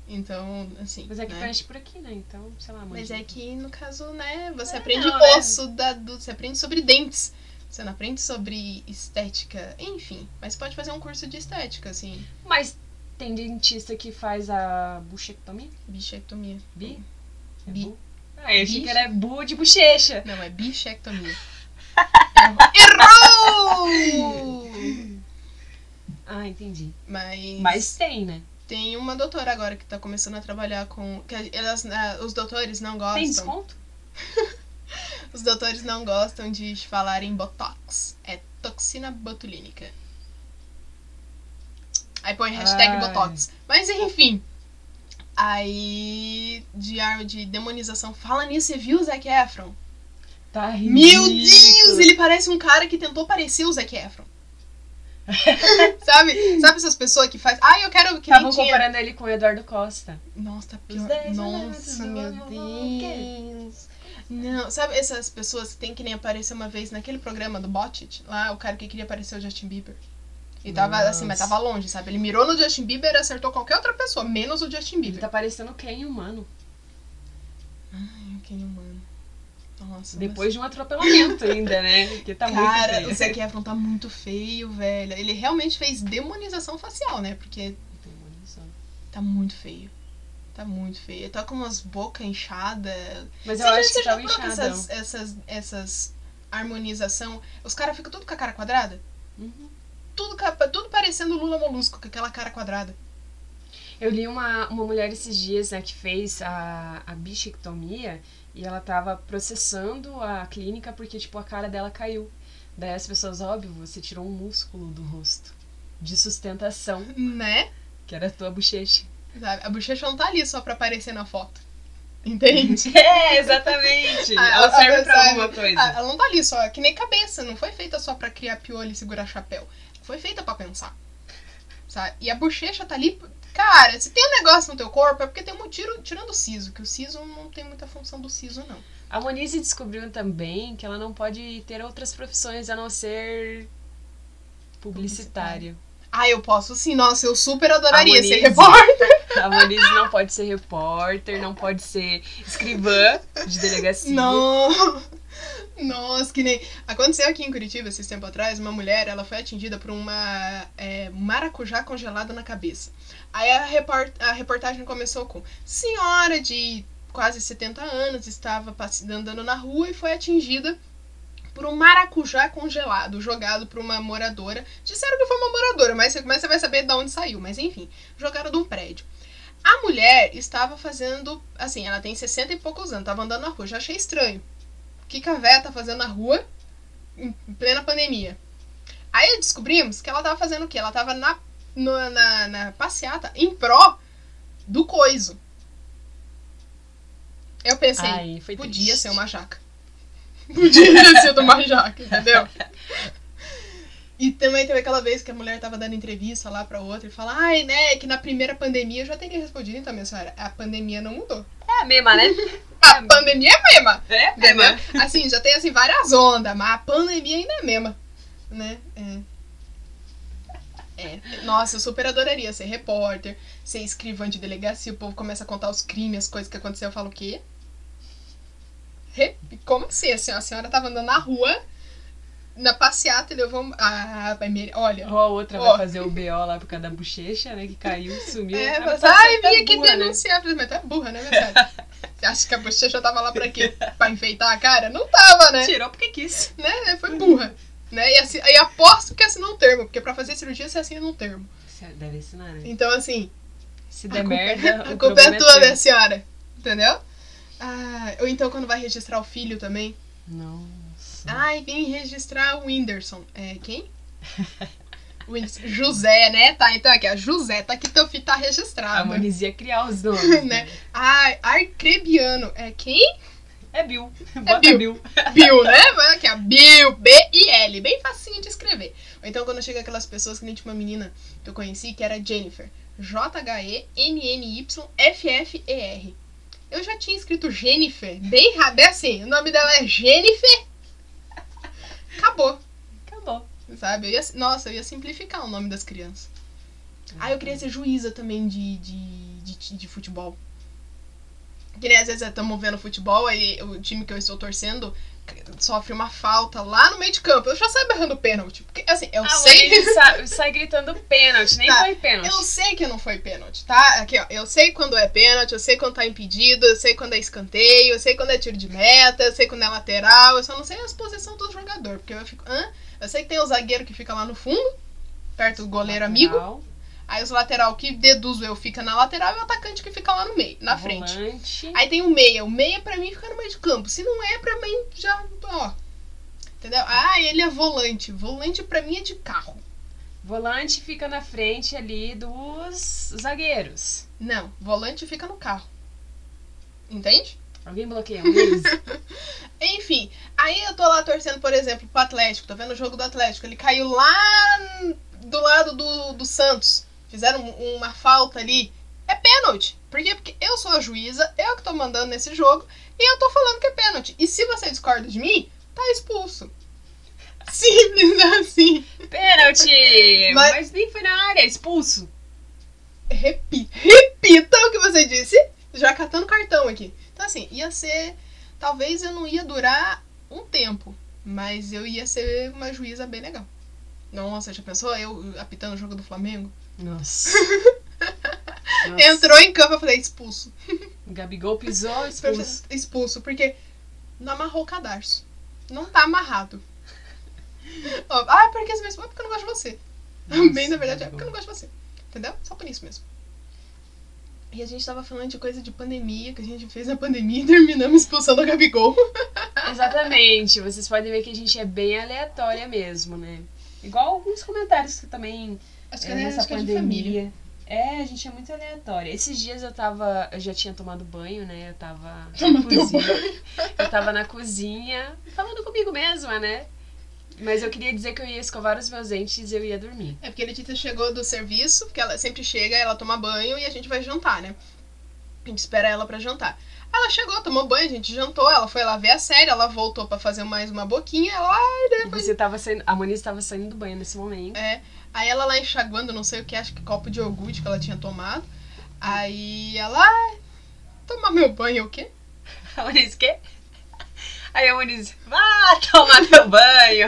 A: então assim.
B: Mas é que
A: né?
B: mexe por aqui, né? Então, sei lá,
A: Mas
B: manja.
A: é que, no caso, né, você
B: É,
A: aprende
B: não, né?
A: osso, da, do, você aprende sobre dentes. Você não aprende sobre estética, enfim. Mas pode fazer um curso de estética, assim,
B: Mas tem dentista que faz a buchectomia?
A: bichectomia.
B: Bi? É
A: Bi.
B: bu? Ah, eu achei
A: Bi.
B: que era bu de bochecha.
A: Não, é bichectomia. *laughs* Errou!
B: *laughs*
A: Errou!
B: Ah, entendi.
A: Mas.
B: Mas tem, né?
A: Tem uma doutora agora que tá começando a trabalhar com. Que elas, ah, os doutores não
B: Tem
A: gostam.
B: desconto?
A: Os doutores não gostam de falar em botox. É toxina botulínica. Aí põe hashtag
B: Ai.
A: botox. Mas enfim. Aí. De arma de demonização. Fala nisso, você viu o Zac Efron?
B: Tá
A: Meu
B: ridículo.
A: Deus! Ele parece um cara que tentou parecer o Zac Efron. *laughs* sabe? Sabe essas pessoas que faz Ai, eu quero que nem
B: Estavam
A: tinha.
B: comparando ele com o Eduardo Costa.
A: Nossa, tá
B: Os
A: pior.
B: dez elementos
A: Nossa,
B: do
A: meu
B: amor, é
A: Deus. Não, sabe essas pessoas que tem que nem aparecer uma vez naquele programa do Bottit? Lá, o cara que queria aparecer o Justin Bieber. E tava assim, mas
B: Nossa.
A: tava longe, sabe? Ele mirou no Justin Bieber e acertou qualquer outra pessoa, menos o Justin
B: Ele
A: Bieber.
B: tá parecendo quem humano.
A: Ai, que humano. Nossa,
B: Depois de um atropelamento ainda, né? Porque tá
A: mas... Cara,
B: muito
A: o
B: feio.
A: Zac Efron tá muito feio, velho. Ele realmente fez demonização facial, né? Porque tá muito feio. Tá muito feio. Ele tá com umas bocas inchadas,
B: Mas
A: Você
B: eu
A: já-
B: acho
A: você
B: que tá
A: já
B: tava
A: reparou que
B: inchadão.
A: essas, essas, essas harmonização, os caras ficam tudo com a cara quadrada?
B: Uhum.
A: Tudo, capa- tudo parecendo Lula Molusco, com aquela cara quadrada.
B: Eu li uma, uma mulher esses dias, né, que fez a, a bichectomia e ela tava processando a clínica porque, tipo, a cara dela caiu. Daí as pessoas, óbvio, você tirou um músculo do rosto de sustentação,
A: Né?
B: que era a
A: *laughs*
B: tua bochecha.
A: Sabe? A bochecha não tá ali só pra aparecer na foto. Entende?
B: *laughs* É, exatamente!
A: Ah,
B: ela
A: a-
B: serve
A: a-
B: pra
A: sabe?
B: alguma
A: Ah,
B: coisa.
A: Ela não tá ali só, que nem cabeça. Não foi feita só pra criar piolho e segurar chapéu. Foi feita pra pensar. Sabe? E a bochecha tá ali. Cara, se tem um negócio no teu corpo é porque tem um tiro tirando o siso, que o siso não tem muita função do siso, não.
B: A Monize descobriu também que ela não pode ter outras profissões a não ser publicitária.
A: Ah, eu posso sim. Nossa, eu super adoraria ser
B: Harmonize.
A: repórter.
B: A Monize não pode ser repórter, não pode ser escrivã de delegacia.
A: Não! *laughs* Nossa, que nem. Aconteceu aqui em Curitiba, esses tempos atrás, uma mulher, ela foi atingida por uma é, maracujá congelada na cabeça. Aí a, repor- a reportagem começou com: senhora de quase 70 anos estava passe- andando na rua e foi atingida por um maracujá congelado, jogado por uma moradora. Disseram que foi uma moradora, mas você, mas você vai saber de onde saiu. Mas enfim, jogaram de um prédio. A mulher estava fazendo, assim, ela tem 60 e poucos anos, estava andando na rua. Já achei estranho. O que que a véia tá fazendo na rua em plena pandemia? Aí descobrimos que ela tava fazendo o quê? Ela tava na, no- na, na passeata em pró do coiso. Eu pensei,
B: Ai, foi
A: Podia
B: triste.
A: ser uma jaca. Podia ser uma jaca, entendeu? E também teve aquela vez que a mulher tava dando entrevista lá pra outra e fala, ai, né, que na primeira pandemia eu já teria respondido, então, minha senhora, a pandemia não mudou.
B: É a mesma, né?
A: A pandemia é mesma!
B: É *laughs* a
A: Entendeu?
B: mesma.
A: Assim, já tem assim várias ondas, mas a pandemia ainda é mesma. Né? É. É. Nossa, eu super adoraria ser repórter, ser escrivã de delegacia, o povo começa a contar os crimes, as coisas que aconteceu, eu falo o quê? Re- Como assim? Assim, ó, a senhora tava andando na rua, na passeata, e levou. um- Ah, vai me- olha.
B: Ou a outra
A: Ó.
B: vai fazer o BO lá por causa da bochecha, né? Que caiu, sumiu.
A: É,
B: Ah,
A: mas,
B: tá
A: ai,
B: certa
A: vim aqui
B: boa, né?
A: denunciar. Falei, Mas tu é burra, né, verdade? Você acha que a bochecha tava lá pra
B: *laughs*
A: quê? Pra enfeitar a cara? Não tava, né?
B: Tirou porque quis.
A: né? Foi burra. Né? E, assi- e aposto que assinou um termo, porque pra fazer cirurgia você assina um termo.
B: Você Deve ensinar, né?
A: Então, assim,
B: Se
A: A
B: der
A: culpa-
B: merda,
A: *laughs* A
B: o
A: culpa é
B: problema
A: tua,
B: teu.
A: minha senhora. Entendeu? Ah, ou então quando vai registrar o filho também.
B: Nossa.
A: Ai, vim registrar o Whindersson. É, quem? *laughs* Whindersson. José, né? Tá, então aqui, ó. José, tá aqui teu filho tá
B: A
A: registrado.
B: Moniz ia
A: *laughs*
B: criar os nomes.
A: Né?
B: né?
A: Ai, Arcrebiano. É quem?
B: É Bill. Bota
A: Bill.
B: Bill.
A: Bill, né? Vai aqui, ó. Bill, B-I-L. Bem facinho de escrever. Ou então quando chega aquelas pessoas que nem tinha uma menina que eu conheci, que era Jennifer. J-H-E-N-N-Y-F-F-E-R. Eu já tinha escrito Jennifer, bem rápido. É assim, o nome dela é Jennifer. Acabou,
B: Acabou.
A: sabe? Eu ia- nossa, eu ia simplificar o nome das crianças. Ah, eu queria
B: Uhum.
A: ser juíza também de, de, de, de futebol. Que nem às vezes estamos vendo futebol, aí o time que eu estou torcendo c- sofre uma falta lá no meio de campo. Eu já saio errando pênalti. Porque, assim, eu
B: Ah,
A: sei.
B: mas ele sai, sai gritando pênalti, nem
A: Tá,
B: foi pênalti.
A: Eu sei que não foi pênalti, tá? Aqui, ó. Eu sei quando é pênalti, eu sei quando tá impedido, eu sei quando é escanteio, eu sei quando é tiro de meta, eu sei quando é lateral, eu só não sei as posições do jogador, porque eu fico. Hã? Eu sei que tem o zagueiro que fica lá no fundo, perto do goleiro amigo.
B: Lateral,
A: Aí os lateral que deduzo eu fica na lateral e o atacante que fica lá no meio, na frente.
B: Volante.
A: Aí tem o meia. O meia pra mim fica no meio de campo. Se não é, pra mim já. Ó. Entendeu? Ah, ele é volante. Volante pra mim é de carro.
B: Volante fica na frente ali dos zagueiros.
A: Não, volante fica no carro. Entende?
B: Alguém bloqueia um o
A: *laughs*
B: Luiz?
A: Enfim, aí eu tô lá torcendo, por exemplo, pro Atlético, tô vendo o jogo do Atlético. Ele caiu lá do lado do, do Santos. Fizeram um- uma falta ali. É pênalti. Por quê? Porque eu sou a juíza, eu que tô mandando nesse jogo, e eu tô falando que é pênalti. E se você discorda de mim, tá expulso. *laughs* Simples assim.
B: Pênalti!
A: Mas-
B: Mas... nem foi na área, expulso.
A: Repi- Repita o que você disse, já catando cartão aqui. Então, assim, ia ser. Talvez eu não ia durar um tempo, mas eu ia ser uma juíza bem legal. Nossa, já pensou? Eu apitando o jogo do Flamengo?
B: Nossa. Nossa.
A: Entrou em campo, eu falei, expulso.
B: O Gabigol
A: *laughs*
B: pisou, expulso.
A: Expulso, porque não amarrou o cadarço. Não tá amarrado. Ó, ah, por que você me expulsou? Porque eu não gosto de você. Também, na
B: Nossa,
A: verdade, é porque eu
B: Gabigol.
A: não gosto de você. Entendeu? Só por isso mesmo. E a gente tava falando de coisa de pandemia, que a gente fez na pandemia e terminamos expulsando o Gabigol.
B: Exatamente. Vocês podem ver que a gente é bem aleatória mesmo, né? Igual alguns comentários que também
A: Acho que
B: É,
A: era
B: nessa
A: acho que é de família.
B: pandemia. É, a gente é muito aleatória. Esses dias eu tava. Eu já tinha tomado banho, né? Eu tava.
A: Toma
B: na
A: teu
B: cozinha. Eu tava na cozinha, falando comigo mesma, né? Mas eu queria dizer que eu ia escovar os meus dentes e eu ia dormir.
A: É porque a Letícia chegou do serviço, porque ela sempre chega, ela toma banho e a gente vai jantar, né? A gente espera ela pra jantar. Ela chegou, tomou banho, a gente jantou, ela foi lá ver a série, ela voltou pra fazer mais uma boquinha, ela
B: E Você tava saindo. A Moniz tava saindo do banho nesse momento.
A: É. Aí ela lá enxaguando, não sei o que, acho que copo de iogurte que ela tinha tomado. Aí ela. "Ah, Tomar meu banho, o quê?
B: A Moniz, quê? Aí a Moniz, vá tomar teu banho.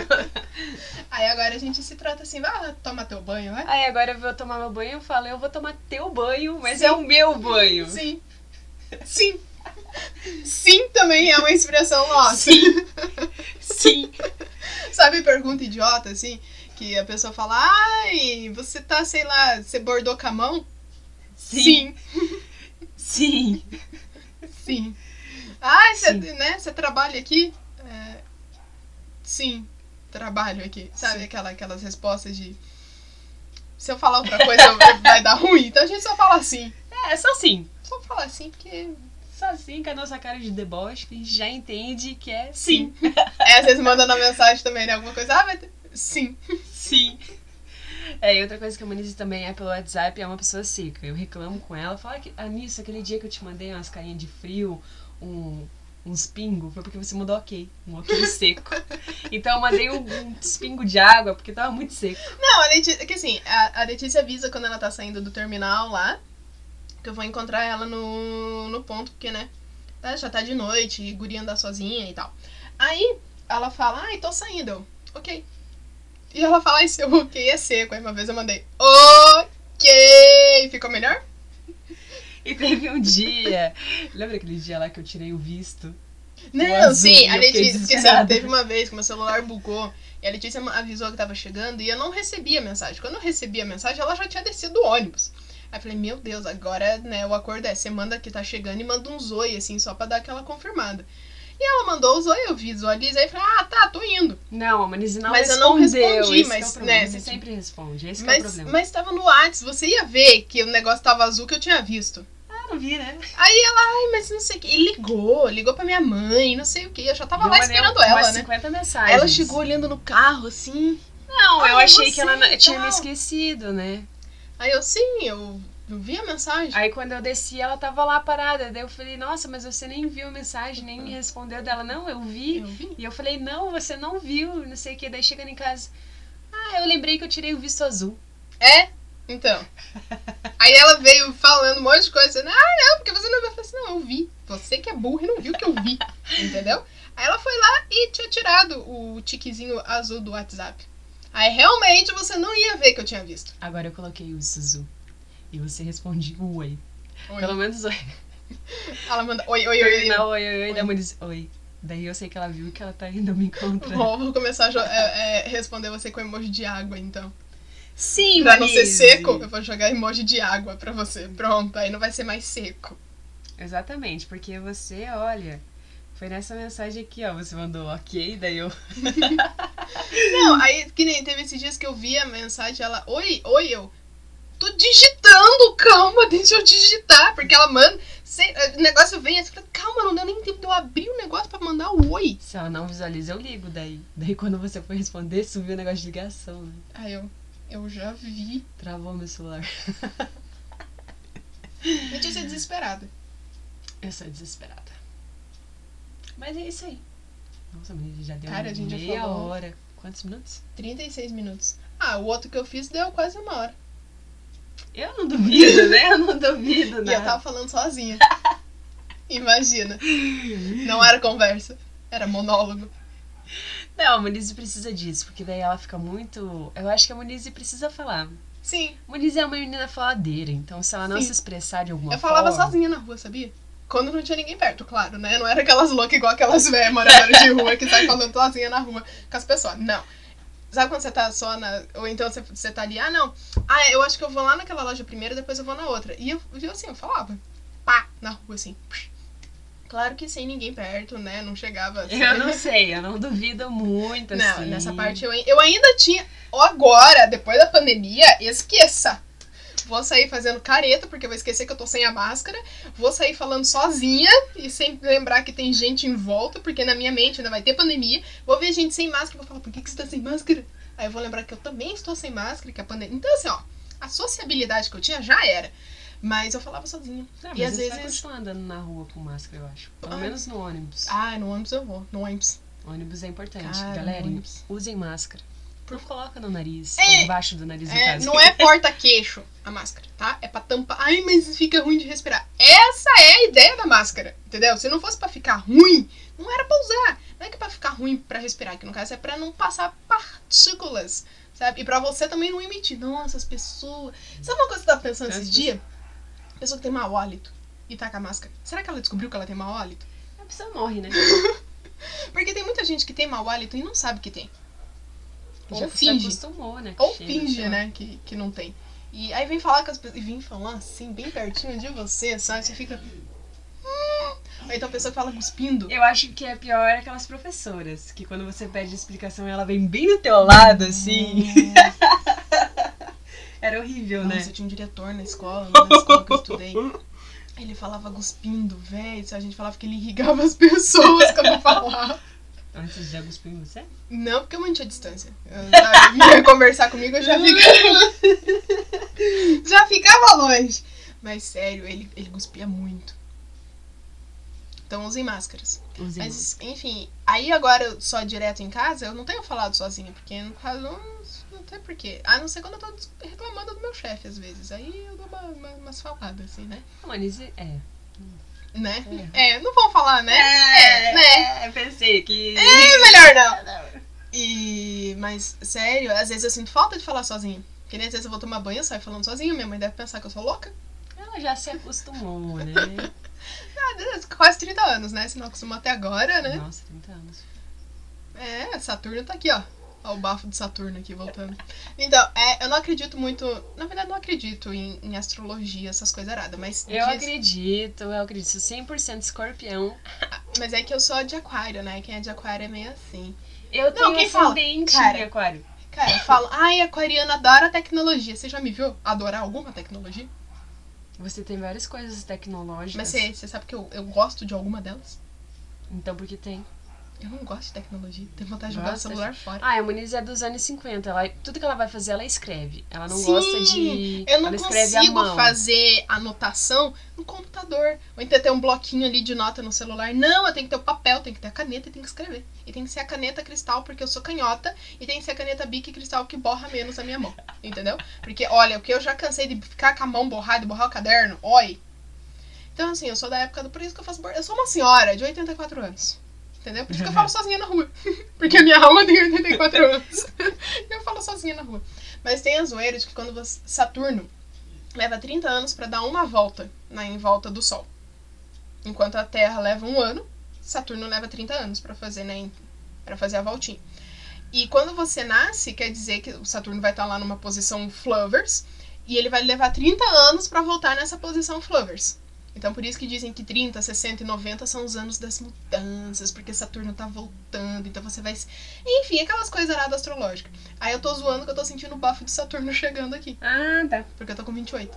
A: Aí agora a gente se trata assim, vai lá tomar teu banho, vai?
B: Aí agora eu vou tomar meu banho, eu falo, eu vou tomar teu banho, mas
A: Sim.
B: é o meu banho.
A: Sim. Sim. Sim também é uma expressão nossa. *laughs*
B: Sim.
A: Sabe pergunta idiota, assim? Que a pessoa fala, ai, você tá, sei lá, você bordou com a mão?
B: Sim. Sim.
A: Sim. Ai, você,
B: Sim.
A: né, você trabalha aqui? É, sim, trabalho aqui. Sabe
B: Sim.
A: aquela, aquelas respostas de. Se eu falar outra coisa, *laughs* vai- vai dar ruim. Então a gente só fala assim.
B: É, só assim.
A: Só fala assim, porque.
B: Só assim, com a nossa cara de deboche, que a gente já entende que é
A: Sim. É, às vezes manda na mensagem também, né? Alguma coisa. Ah, vai ter... Sim.
B: Sim. É, e outra coisa que a Moniz também é pelo WhatsApp é uma pessoa seca. Eu reclamo com ela, falo que ah, nisso, aquele dia que eu te mandei umas carinhas de frio, um- uns pingos, foi porque você mandou ok, um
A: *laughs*
B: ok seco. Então eu mandei um, uns pingos de água porque tava muito seco.
A: Não, a Letícia. Que assim, a, a Letícia avisa quando ela tá saindo do terminal lá. Que eu vou encontrar ela no, no ponto, porque, né? né, Já tá de noite, e guria andar sozinha e tal. Aí ela fala, ai, tô saindo. Eu, ok. E ela fala, ai, seu ok é seco. Aí uma vez eu mandei, ok! Ficou melhor?
B: E teve um dia. Lembra aquele dia lá que eu tirei o visto?
A: Não,
B: Um azul,
A: sim,
B: eu
A: a
B: fiquei
A: Letícia esqueceu.
B: desesperada.
A: Teve uma vez que meu celular bugou e a Letícia ma- avisou que tava chegando e eu não recebia a mensagem. Quando eu recebi a mensagem, ela já tinha descido do ônibus. Aí eu falei, meu Deus, agora, né, o acordo é, você manda que tá chegando e manda um zoi, assim, só pra dar aquela confirmada. E ela mandou o zoi, eu visualizei e falei, ah, tá, tô indo.
B: Não, a Manisina
A: Mas eu
B: respondeu.
A: não respondi,
B: esse que é
A: mas,
B: o problema.
A: né,
B: Você
A: tipo-
B: sempre responde, esse que é o
A: Mas,
B: problema.
A: mas tava no Whats, você ia ver que o negócio tava azul que eu tinha visto.
B: Ah, não vi, né?
A: Ai, mas não sei o que. E ligou, ligou pra minha mãe, não sei o que. Eu já tava
B: Eu
A: lá
B: mandei
A: esperando
B: umas
A: ela, né?
B: 50 mensagens.
A: Ela chegou olhando no carro, assim,
B: Não, eu
A: Ai,
B: achei
A: você
B: que ela não-
A: e
B: tinha me
A: tal.
B: esquecido, né?
A: Aí eu, sim, eu eu vi a mensagem.
B: Aí quando eu desci, ela tava lá parada. Daí eu falei, nossa, mas você nem viu a mensagem, nem me respondeu dela. Não, eu vi.
A: Eu vi.
B: E eu falei, não, você não viu, não sei o que. Daí chegando em casa, ah, eu lembrei que eu tirei o visto azul.
A: É?
B: *laughs*
A: Então. Aí ela veio falando um monte de coisa. né? Ah, não, porque você não viu. Eu falei assim, não, eu vi. Você que é burro e não viu que eu
B: *laughs*
A: vi. Entendeu? Aí ela foi lá e tinha tirado o tiquezinho azul do WhatsApp. Aí realmente você não ia ver que eu tinha visto.
B: Agora eu coloquei o visto azul. E você responde, oi.
A: Oi.
B: Pelo menos oi.
A: Ela manda, oi, oi, oi. oi.
B: Não, oi, oi, oi. Daí a mãe diz, oi. Daí eu sei que ela viu e que ela tá indo me encontrar.
A: Vou, vou começar a jo- é, é, responder você com emoji de água, então.
B: Sim,
A: Pra não ser
B: Marise.
A: seco, eu vou jogar emoji de água pra você. Pronto, aí não vai ser mais seco.
B: Exatamente, porque você, olha, foi nessa mensagem aqui, ó, você mandou ok, daí eu... *laughs*
A: Não, aí que nem teve esses dias que eu vi a mensagem, ela, oi, oi, eu. Tô digitando, calma, deixa eu digitar. Porque ela manda. se- o negócio vem assim, fala, calma, não deu nem tempo de eu abrir o negócio pra mandar o oi.
B: Se ela não visualiza, eu ligo daí. Daí quando você for responder, subiu o negócio de ligação, né?
A: Aí eu, eu já vi.
B: Travou meu celular. *laughs*
A: Eu tinha sido desesperada.
B: Eu sou desesperada. Mas é isso aí. Nossa, mas já deu
A: Cara, a gente já
B: meia
A: falou.
B: hora. Quantos minutos?
A: 36 minutos. Ah, o outro que eu fiz deu quase uma hora.
B: Eu não duvido, né? Eu não *laughs* duvido,
A: E
B: né?
A: eu tava falando sozinha. Imagina. Não era conversa, era monólogo.
B: Não, a Monize precisa disso, porque daí ela fica muito... Eu acho que a Monize precisa falar.
A: Sim,
B: Monize é uma menina faladeira, então se ela não
A: Sim.
B: se expressar de alguma
A: eu falava
B: forma...
A: sozinha na rua, sabia? Quando não tinha ninguém perto, claro, né? Não era aquelas loucas igual aquelas velhas moradoras de rua que saem falando sozinha na rua com as pessoas. Não. Sabe quando você tá só na. Ou então você, você tá ali, ah, não. Ah, eu acho que eu vou lá naquela loja primeiro, depois eu vou na outra. E eu, eu assim, eu falava. Pá, na rua, assim. Claro que sem ninguém perto, né? Não chegava.
B: Eu não sei, eu não duvido muito,
A: Não,
B: assim.
A: nessa parte eu, ai- eu ainda tinha. Ó, Agora, depois da pandemia, esqueça. Vou sair fazendo careta, porque eu vou esquecer que eu tô sem a máscara. Vou sair falando sozinha e sem lembrar que tem gente em volta, porque na minha mente ainda vai ter pandemia. Vou ver gente sem máscara e vou falar, por que, que você tá sem máscara? Aí eu vou lembrar que eu também estou sem máscara, que a pandemia. Então, assim, ó, a sociabilidade que eu tinha já era. Mas eu falava sozinha.
B: Não,
A: E
B: Ah, mas
A: às
B: você vai
A: vezes-
B: continuar andando na rua com máscara, eu acho. Pelo
A: Ah.
B: menos no ônibus.
A: Ah, no ônibus eu vou. No ônibus.
B: Ônibus é importante.
A: Cara,
B: Galera,
A: no ônibus.
B: usem máscara. Não coloca no nariz,
A: É.
B: embaixo do nariz, no
A: É,
B: caso.
A: não é porta-queixo a máscara, tá? É pra tampar. Ai, mas fica ruim de respirar. Essa é a ideia da máscara, entendeu? Se não fosse pra ficar ruim, não era pra usar. Não é que é pra ficar ruim pra respirar, que no caso é pra não passar partículas, sabe? E pra você também não emitir. Nossa, as pessoas. Sabe uma coisa que eu tava pensando
B: As
A: esses
B: pessoas-
A: dias? Pessoa que tem mau hálito e tá com a máscara. Será que ela descobriu que ela tem mau hálito?
B: A pessoa morre, né?
A: Porque tem muita gente que tem mau hálito e não sabe que tem. Ou
B: Já
A: finge.
B: se acostumou, né? com
A: Ou
B: cheiro, sei
A: finge,
B: lá.
A: né, que, que não tem. E aí vem falar com as pessoas. E vem falar assim, bem pertinho de você, sabe? Você fica. "Hum". Ou então a pessoa fala cuspindo.
B: Eu acho que é pior aquelas professoras, que quando você pede explicação, ela vem bem do teu lado, assim. Era horrível,
A: Hum. Nossa,
B: né?
A: eu tinha um diretor na escola, na escola que eu estudei. Ele falava cuspindo, velho. A gente falava que ele irrigava as pessoas quando *laughs* falava.
B: Antes de eu cuspir em você?
A: Não, porque eu mantinha a distância. Eu, sabe, ele ia conversar comigo, eu já
B: *laughs*
A: ficava. já ficava longe. Mas sério, ele, ele cuspia muito. Então usem máscaras.
B: Usem máscara.
A: Mas, enfim, aí agora eu só direto em casa, eu não tenho falado sozinha, porque no caso não, não tem porquê. A não ser quando eu tô des- reclamando do meu chefe, às vezes. Aí eu dou uma, uma, umas faladas, assim, né?
B: Não, Anise, é.
A: Né? É, não vão falar, né? É, né?
B: é, pensei que.
A: É melhor não. E, mas, sério, né, às vezes eu sinto falta de falar sozinha. Porque nem às vezes eu vou tomar banho, eu saio falando sozinha, minha mãe deve pensar que eu sou louca.
B: Ela Ela já se acostumou, né?
A: Ah, quase 30 anos, né? Se não acostumou até agora, *laughs* né?
B: Nossa, 30 anos.
A: É, Saturno tá aqui, ó. Ó, o bafo de Saturno aqui voltando. Então, é, eu não acredito muito. Na verdade, não acredito em, em astrologia, essas coisas aradas, mas.
B: Eu
A: diz-
B: acredito, eu acredito. Sou 100% escorpião.
A: Mas é que eu sou de aquário, né? Quem é de aquário é meio assim.
B: Eu
A: Não,
B: tenho
A: quem fala?
B: ascendente
A: Cara.
B: em aquário.
A: Cara, fala, ai, aquariana adora tecnologia. Você já me viu adorar alguma tecnologia?
B: Você tem várias coisas tecnológicas.
A: Mas você, você sabe que eu, eu gosto de alguma delas?
B: Então por que tem?
A: Eu não gosto de tecnologia. Tenho vontade de jogar o
B: Gosta?
A: celular fora.
B: Ah, a Muniz é dos anos 50. Ela, tudo que ela vai fazer, ela escreve. Ela não
A: Sim,
B: gosta de.
A: Eu não
B: ela escreve à
A: consigo
B: mão.
A: fazer anotação no computador. Ou então ter um bloquinho ali de nota no celular. Não, eu tenho que ter o papel, tenho que ter a caneta e tenho que escrever. E tem que ser a caneta cristal, porque eu sou canhota. E tem que ser a caneta bique cristal que borra menos a minha mão. Entendeu? Porque, olha, o que eu já cansei de ficar com a mão borrada e borrar o caderno. Oi! Então, assim, eu sou da época do. Por isso que eu faço. bor- Eu sou uma senhora de 84 anos. Entendeu? Por isso que
B: *laughs*
A: eu falo sozinha na rua. *laughs* Porque a minha é alma tem 84 anos. *laughs* eu falo sozinha na rua. Mas tem a zoeira de que quando você. Saturno leva 30 anos pra dar uma volta na em volta do Sol. Enquanto a Terra leva um ano, Saturno leva 30 anos pra fazer, né, para fazer a voltinha. E quando você nasce, quer dizer que o Saturno vai estar lá numa posição Flovers e ele vai levar 30 anos pra voltar nessa posição Flovers. Então por isso que dizem que 30, 60 e 90 são os anos das mudanças, porque Saturno tá voltando, então você vai. se- Enfim, aquelas coisas aradas astrológicas. Aí eu tô zoando que eu tô sentindo o bafo de Saturno *laughs* chegando aqui.
B: Ah, tá.
A: Porque eu tô com 28.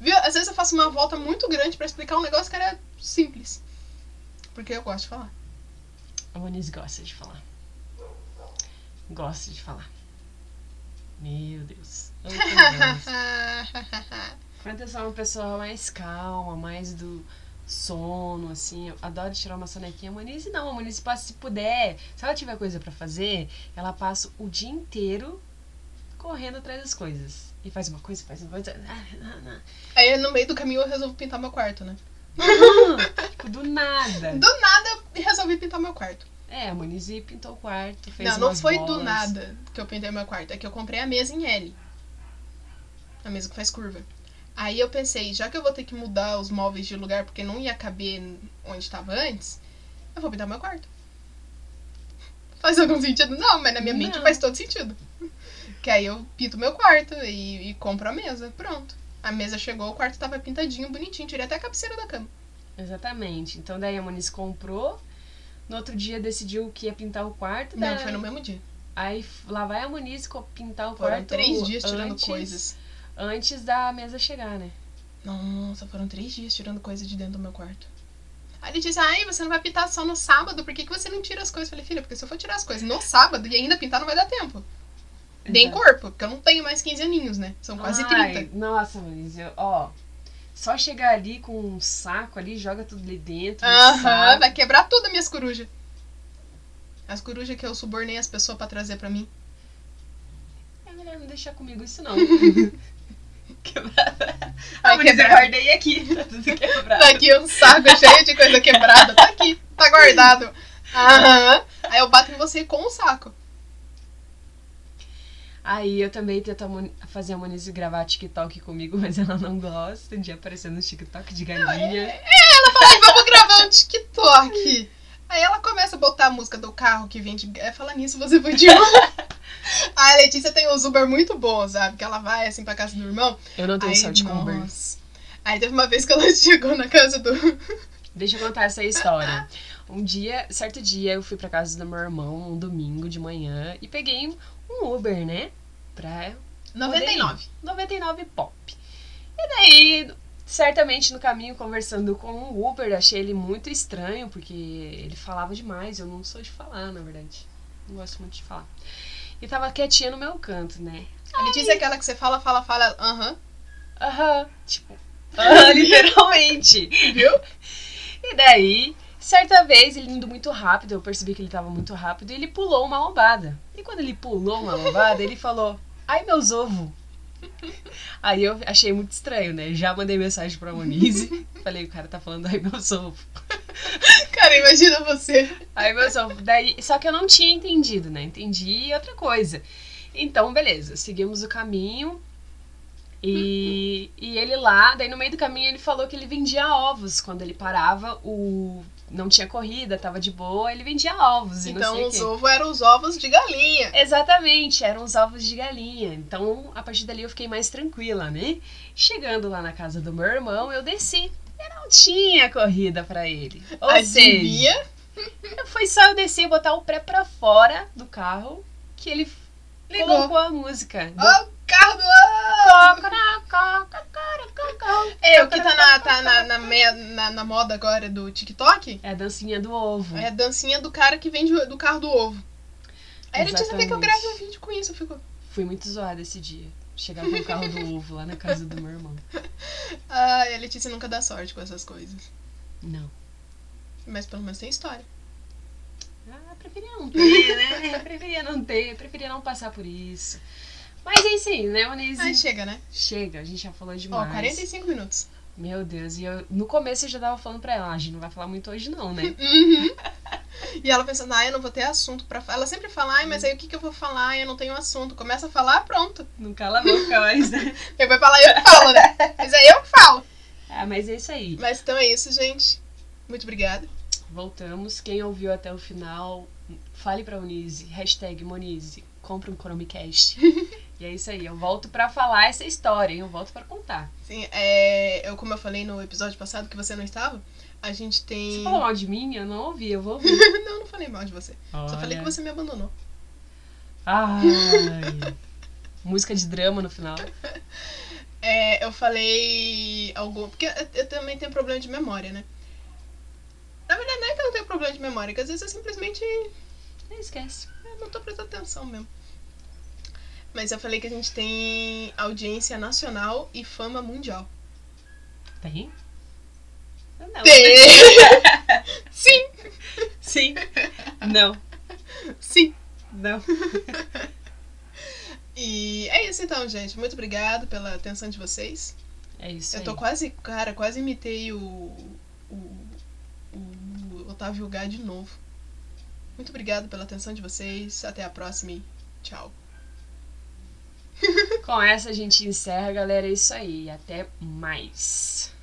A: Viu? Às vezes eu faço uma volta muito grande pra explicar um negócio que era simples. Porque eu gosto de falar.
B: A Moniz gosta de falar. Gosta de falar. Meu Deus. Oh,
A: *laughs*
B: que negócio. Quando eu sou uma pessoa mais calma, mais do sono, assim, eu adoro tirar uma sonequinha. A Moniz não, a Moniz passa se puder. Se ela tiver coisa pra fazer, ela passa o dia inteiro correndo atrás das coisas. E faz uma coisa, faz uma coisa. Ah, não, não.
A: Aí no meio do caminho eu resolvo pintar meu quarto, né?
B: Não, tipo, do
A: *laughs*
B: nada.
A: Do nada eu resolvi pintar meu quarto.
B: É, a Moniz pintou o quarto, fez
A: Não, não
B: umas
A: foi do
B: bolas.
A: nada que eu pintei meu quarto. É que eu comprei a mesa em L. A mesa que faz curva. Aí eu pensei, já que eu vou ter que mudar os móveis de lugar porque não ia caber onde tava antes, eu vou pintar meu quarto. *laughs* Faz algum sentido? Não, mas na minha mente
B: Não.
A: faz todo sentido. *laughs* Que aí eu pinto meu quarto e, e compro a mesa. Pronto. A mesa chegou, o quarto tava pintadinho, bonitinho. Tirei até a cabeceira da cama.
B: Exatamente. Então daí a Moniz comprou. No outro dia decidiu que ia pintar o quarto.
A: Não,
B: daí-
A: foi no mesmo dia.
B: Aí f- lá vai a Moniz co- pintar Tá. o
A: Foram
B: quarto.
A: três dias tirando
B: antes,
A: coisas.
B: Antes da mesa chegar, né?
A: Nossa, foram três dias tirando coisa de dentro do meu quarto. Aí ele disse, ai, você não vai pintar só no sábado, por que, que você não tira as coisas? Eu falei, filha, porque se eu for tirar as coisas no sábado e ainda pintar, não vai dar tempo. Nem
B: Exato.
A: corpo, porque eu não tenho mais 15 aninhos, né? São quase
B: Ai,
A: 30.
B: Nossa, Moniz, eu- ó. Só chegar ali com um saco ali, joga tudo ali dentro. um
A: Aham,
B: saco.
A: vai quebrar tudo as minhas corujas. As corujas que eu subornei as pessoas pra trazer pra mim.
B: É melhor não deixar comigo
A: *laughs*
B: isso, não.
A: Vai
B: ah, Moniz, eu
A: quebrar.
B: guardei aqui. *laughs* Tá tudo quebrado.
A: Tá aqui um saco *laughs* cheio de coisa quebrada. Tá aqui, tá guardado. Aham. Aí eu bato em você com o saco.
B: Aí eu também tento a Moni- fazer a Moniz gravar TikTok comigo, *laughs* mas ela não gosta de aparecer no TikTok de galinha.
A: Ai, vamos gravar um TikTok. Aí ela começa a botar a música do carro que vem de. É, Fala nisso, você foi de
B: *laughs*
A: Ai, A Letícia tem uns Uber muito bons, sabe? Que ela vai assim pra casa do irmão.
B: Eu não tenho
A: Aí,
B: sorte com Uber.
A: nossa. Aí teve uma vez que ela *laughs* chegou na casa do.
B: Deixa eu contar essa história. Um dia, certo dia, eu fui pra casa do meu irmão, um domingo de manhã, e peguei um- um Uber, né? Pra
A: 99.
B: 99 pop. E daí, certamente no caminho, conversando com o Uber, achei ele muito estranho, porque ele falava demais, eu não sou de falar, na verdade. Não gosto muito de falar. E tava quietinha no meu canto, né?
A: A Letícia é aquela que você fala, fala, fala, aham.
B: Aham. Tipo, *laughs* aham, literalmente.
A: Viu?
B: E daí, certa vez, ele indo muito rápido, eu percebi que ele tava muito rápido, e ele pulou uma lombada. E quando ele pulou uma lombada, ele falou, ai meus ovos. Aí eu achei muito estranho, né? Já mandei mensagem pra Monize. Falei, o cara tá falando, ai meus ovos.
A: Cara, imagina você.
B: Ai meus ovos. Daí, só que eu não tinha entendido, né? Entendi outra coisa. Então, beleza, seguimos o caminho. E, e ele lá, daí no meio do caminho ele falou que ele vendia ovos. Quando ele parava, o não tinha corrida, tava de boa, ele vendia ovos e Assim, não sei
A: Então,
B: o quê.
A: os ovos eram os ovos de galinha.
B: Exatamente, eram os ovos de galinha. Então, a partir dali eu fiquei mais tranquila, né? Chegando lá na casa do meu irmão, eu desci. E não tinha corrida pra ele. Ou
A: Adivinha?
B: seja, foi só eu descer e botar o pé pra fora do carro que ele
A: Ligou.
B: colocou a música. Do
A: Ó, o carro do É o que tá, na, tá na, na, meia- na- na moda agora do TikTok?
B: É a dancinha do ovo.
A: É a dancinha do cara que vende o- do carro do ovo. Aí ele disse até que eu
B: Exatamente.
A: grave um vídeo com isso. Eu fico,
B: Fui muito zoada esse dia. Chegar com o carro do ovo lá na casa do meu irmão.
A: ai, a Letícia nunca dá sorte com essas coisas.
B: Não.
A: Mas pelo menos tem história.
B: Ah, preferia não ter, né? preferia não ter, preferia não passar por isso. Mas enfim, né, Manise?
A: Aí chega, né?
B: Chega, a gente já falou
A: Ó,
B: demais.
A: 45 minutos.
B: Meu Deus, e eu, no começo eu já tava falando pra ela, "Ah, a gente não vai falar muito hoje não, né?
A: Uhum. *laughs* E ela pensando, ai, eu não vou ter assunto pra falar. Ela sempre fala, ai, mas aí o que, que eu vou falar? Ai, Eu não tenho assunto. Começa a falar, pronto.
B: não cala a boca mais, né?
A: Quem vai falar, eu que falo,
B: *laughs*
A: né? Mas aí eu que falo.
B: Ah, mas é isso aí.
A: Mas então é isso, gente. Muito obrigada.
B: Voltamos. Quem ouviu até o final, fale pra Unise, hashtag Monize, compra um Chromecast. *laughs* e é isso aí, eu volto pra falar essa história, hein? Eu volto pra contar.
A: Sim, é, eu, como eu falei no episódio passado que você não estava, a gente tem.
B: Você falou mal de mim? Eu não ouvi, eu vou ouvir.
A: *laughs* não, não falei mal de você. *laughs* Só
B: Olha.
A: falei que você me abandonou.
B: Ai. Música de drama no final.
A: É, eu falei algum. Porque eu, eu também tenho problema de memória, né? Na verdade, não é que eu não tenho problema de memória, que às vezes eu simplesmente
B: Não esquece.
A: eu não tô prestando atenção mesmo. Mas eu falei que a gente tem audiência nacional e fama mundial.
B: Tem? Eu Não.
A: Sim!
B: Sim. Não.
A: *laughs* Sim!
B: Não.
A: E é isso então, gente. Muito obrigado pela atenção de vocês.
B: É isso
A: Eu tô
B: aí.
A: quase, cara, quase imitei o, o, o Otávio Gá de novo. Muito obrigada pela atenção de vocês. Até a próxima e tchau.
B: Com essa a gente encerra, galera. É isso aí. Até mais.